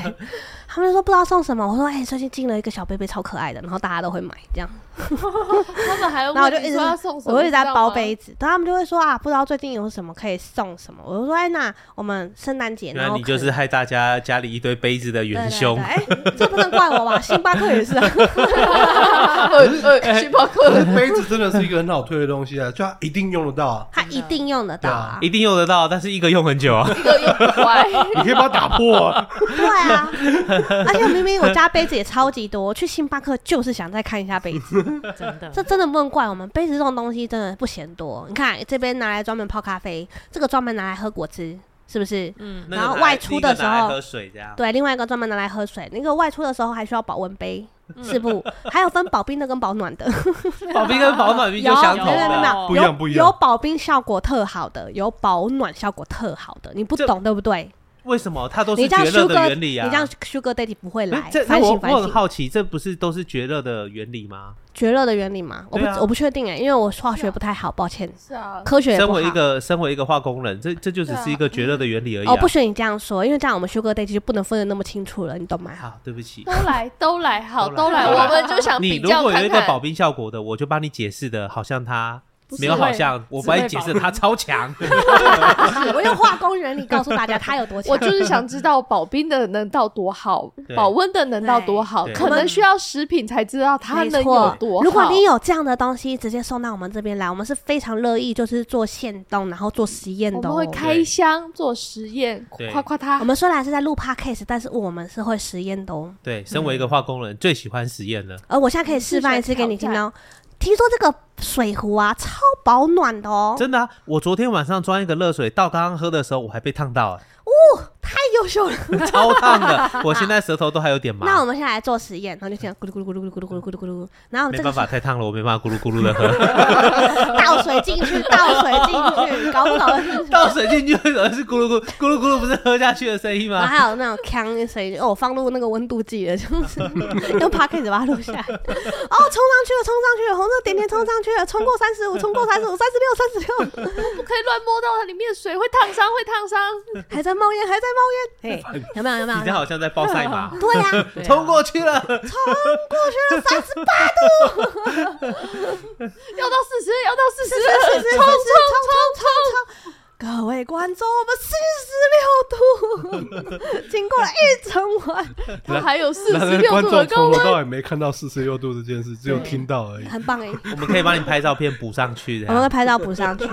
B: 他们就说不知道送什么，我说哎、最近进了一个小杯杯，超可爱的，然后大家都会买这样。
D: 他们还要
B: 然后我就
D: 问
B: 一
D: 你
B: 直
D: 说要送什么，
B: 我一直在包杯
D: 你 (laughs)
B: 子，然后他们就会说啊，不知道最近有什么可以送什么。我就说哎、那我们圣诞节，
A: 原
B: 然
A: 来
B: 后
A: 你就
B: 可
A: 是害大家家里一堆杯子的
B: 对
A: 元
B: 对
A: 凶
B: 对，哎、这不能怪我吧？星巴克也是、
A: (laughs)
B: 啊，
D: 知道吗，
C: 哎
D: 呃呃，星巴克
C: 杯子真的是一个很好推的东西啊，就它一定用得到啊，
B: 他一定用得到啊。
A: 一定用得到，但是一个用很久啊。
D: 一个用不坏，
B: (laughs)
C: 你可以把它打破啊。
B: 对啊，而且明明我家杯子也超级多，我去星巴克就是想再看一下杯子，
F: 真
B: (laughs)
F: 的
B: 这真的不能怪我们。杯子这种东西真的不嫌多，你看这边拿来专门泡咖啡，这个专门拿来喝果汁，是不是？
A: 那个
B: 然后
A: 拿
B: 外出的
A: 一个拿
B: 时候
A: 来喝水这样，
B: 对，另外一个专门拿来喝水，那个外出的时候还需要保温杯。是不，还有分保冰的跟
A: (laughs)
B: 保暖的，
A: 保冰 (laughs) 跟保暖冰就
B: 有
A: 相同
B: 没有没有没
A: 的。
B: 有，
C: 不一样不一样
B: 有保冰效果特好的，有保暖效果特好的，你不
A: 这
B: 懂对不对？
A: 为什么它都
B: 你
A: 是
B: 这
A: 绝
B: 样
A: 热的
B: Sugar，
A: 原理啊？
B: 你这样 Sugar Daddy 不会
A: 不是
B: 来，
A: 这那
B: 反
A: 我
B: 省反
A: 我很
B: 省。
A: 好奇，这不是都是绝热的原理吗？
B: 绝热的原理吗？我不、
A: 对啊
B: 我不确定哎、因为我化学不太好，抱歉，
D: (laughs) 是啊，
B: 科学也
A: 身
B: 不好啊
A: 为一。个身为一个化工人，这这就只是一个绝热的原理而已、啊。
B: 哦，不许你这样说，因为这样我们 Sugar Daddy 就不能分得那么清楚了，你懂吗？
A: 好，对不起
D: 都。来都来，好
A: 都
D: 都
A: 来
D: 来，
B: (laughs)
D: 我们就想
A: 你
D: 比
A: 如
D: 较
A: 果有
D: 看
A: 一个保
D: 看，
A: 冰效果的，我就帮你解释的，好像它
D: 不是
A: 没有，
D: 会
A: 好像我帮你
F: 只
A: 解
F: 会
A: 释它超
B: (laughs)
A: 强。 (laughs)
B: 我用化工原理告诉大家它有多强。
D: (laughs) 我就是想知道保冰的能到多好
A: (laughs) 对，
D: 保温的能到多好，
A: 对
D: 可能需要食品才知道它
B: 没
D: 能
B: 错
D: 有多
B: (laughs)
D: 好。
B: 如果你有这样的东西，直接送到我们这边来，我们是非常乐意，就是做现动，然后做实验
D: 我
B: 的、哦。
D: 们会开箱做实验
A: 对，
D: 夸夸它
B: 我。们虽然是在录 podcast，但是我们是会实验的哦。
A: 对，身为一个化工人，最喜欢实验了。
B: 而我现在可以示范一次给你听哦。听说这个水壶啊，超保暖的哦，
A: 真的啊！我昨天晚上装一个热水到刚刚喝的时候，我还被烫到、欸，
B: 太优秀了。
A: (laughs) 超烫的，我现在舌头都还有点麻。
B: 那我们现在来做实验，然后就这样咕噜咕噜咕噜咕噜咕噜咕噜咕噜咕噜，然后
A: 没
B: 这
A: 办
B: 个
A: 法，太烫了，我没办法咕噜咕噜的喝。 (laughs)
B: (laughs) 倒水进去，倒水进去，搞不懂的是什么。
A: 倒水进去的是咕噜咕噜咕噜咕噜，不是喝下去的声音
B: 然后
A: 吗？
B: 还有那种锵的声音，哦，我放入那个温度计了，就是 (laughs) 用 p o c k e t 把它录下来。哦，冲上去了，冲上去了，红色点点冲上去了，冲过三十五，冲过三十五，三十六，三十六，
D: 不可以乱摸到它里面的水，会烫伤，会烫
A: (laughs)
D: 伤。
B: 还在冒烟，还在冒烟，嘿，有没有？有没有
A: 你？这好像在报赛
B: (laughs)
A: 马，
B: 对呀、
F: 对啊
A: 冲过去了。
D: 要到四十，要到四
B: 是是
D: 十，
B: 是是冲冲冲冲冲！各位观众，我们四十
A: (laughs)
B: 六度，经过了一整晚，
D: (laughs) 它还有 (laughs) 四
C: 那
D: 十
C: 那
D: 六
C: 观
D: 度的
C: 众
D: 高
C: 从头
D: 温。
C: 到尾没看到四十六度这件事，只有听到而已。
B: 很 (laughs) 棒哎！
A: 我们可以帮你拍照片补上去
B: 我们
A: 的。
B: 会拍照补 (laughs) 上去，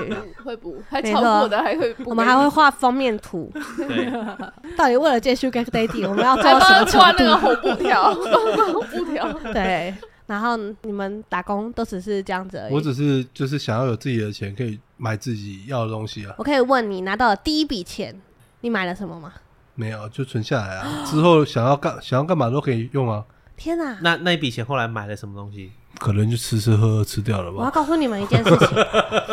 D: 会补，还
B: 没
D: 超
B: 错
D: 过的还会补，
B: 我们还会画封面图。
A: 对，
B: (laughs) 到底为了见 Sugar Daddy，我们要做
D: 还
B: 到
D: 帮
B: 什么
D: 他
B: 程
D: 挂那个
B: 度？
D: 红布
B: (laughs)
D: 条，红布条。
B: 对，然后你们打工都只是这样
D: 嗯
B: 子而
C: 我
B: 已。
C: 只是就是想要有自己的钱，可以买自己要的东西啊。
B: 我可以问你，拿到了第一笔钱，你买了什么吗？
C: 没有就存下来啊，之后想要干想要干嘛都可以用啊。
B: 天哪、
A: 那那一笔钱后来买了什么东西？
C: 可能就吃吃喝喝吃掉了
B: 我要
C: 吧。
B: 告诉你们一件事
C: (laughs)
B: 情，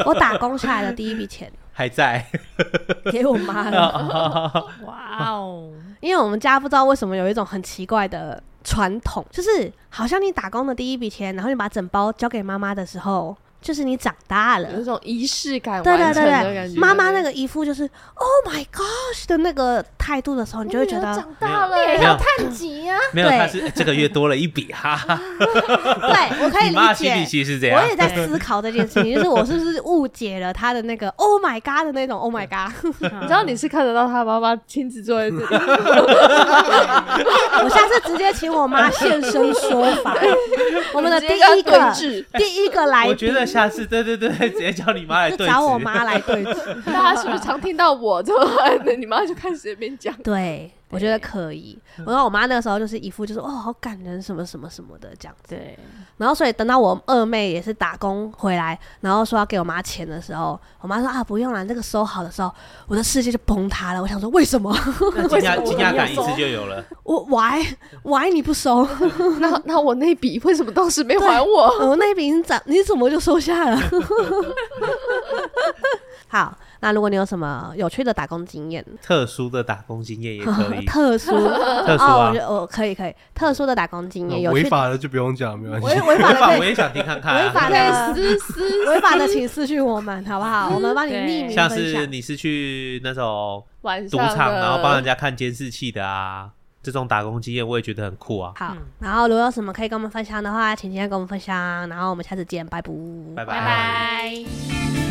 B: 我打工下来的第一笔钱
A: 还在，
B: (laughs) 给我妈了，
F: 哇哦，
B: 因为我们家不知道为什么有一种很奇怪的传统，就是好像你打工的第一笔钱，然后你把整包交给妈妈的时候，就是你长大了
D: 有。一种仪式感
B: 对对
D: 完成
B: 对
D: 的感觉。
B: 对，妈妈那个一副就是 “Oh my gosh” 的那个态度的时候，你就会觉
D: 我女儿
B: 得
D: 长大了
A: 没
D: 耶，
A: 有
E: 探集啊，
A: 没有，
B: 对
A: 他是这个月多了一笔，
B: (laughs)
A: 哈哈。
B: (laughs) 对我可以
A: 你妈
B: 理
A: 心里
B: 解。
A: 其实是这样
B: 我，也在思考这件事情，就是我是不是误解了他的那个 “Oh my god” 的那种 “Oh my god”。
D: (laughs) 你知道你是看得到他妈妈亲自坐在这里， (laughs)
B: 我下次直接请我妈现身说
D: (laughs)
B: 法。我们的第
D: 直接跟
B: 一
D: 她对
B: 个
D: (laughs) 峙，
B: 第一个来
A: 我
B: 宾，
A: 觉得下次对对对，直接叫你妈来
B: 就
A: 对
B: 找我
A: 峙
B: 妈来对峙。
D: 大家是不是常听到我 (laughs) 之后，你妈就开始在那边讲，
B: 对，我觉得可以。然后我妈那个时候就是一副就是哦，好感人，什么什么什么的这样子。
F: 对，
B: 然后所以等到我二妹也是打工回来，然后说要给我妈钱的时候，我妈说啊不用了，这个收好的时候，我的世界就崩塌了。我想说为什么 (laughs)
A: 那惊讶惊讶感一次就有了。
B: 我 why (laughs) why 你不收？ (laughs)
D: 那那我那笔为什么当时没还我？
B: 我那笔你怎你怎么就收下了？ (laughs) 好，那如果你有什么有趣的打工经验，
A: 特殊的打工经
B: (laughs)
A: 验也可以，
B: 特殊特
A: 嗯特殊啊
B: 哦，我觉得我可以可以，特殊的打工经验，有
C: 嗯违
B: 趣的
C: 法的就不用讲，没关系。
B: 违违
A: 违
B: 法的
A: 法 (laughs)
B: 可以
A: 我也想听看看
B: 违
A: 啊。
B: 法的
D: 私私
B: 违法的请私讯我们好不好？我们帮你匿名
A: 像
B: 分
A: 是
B: 享。
A: 你是去那种
D: 晚
A: 赌
D: 上
A: 场，
D: 的
A: 然后帮人家看监视器的啊，这种打工经验我也觉得很酷啊。
B: 好，然后如果有什么可以跟我们分享的话，请记得跟我们分享。然后我们下次见，拜拜。
A: 拜
F: 拜拜。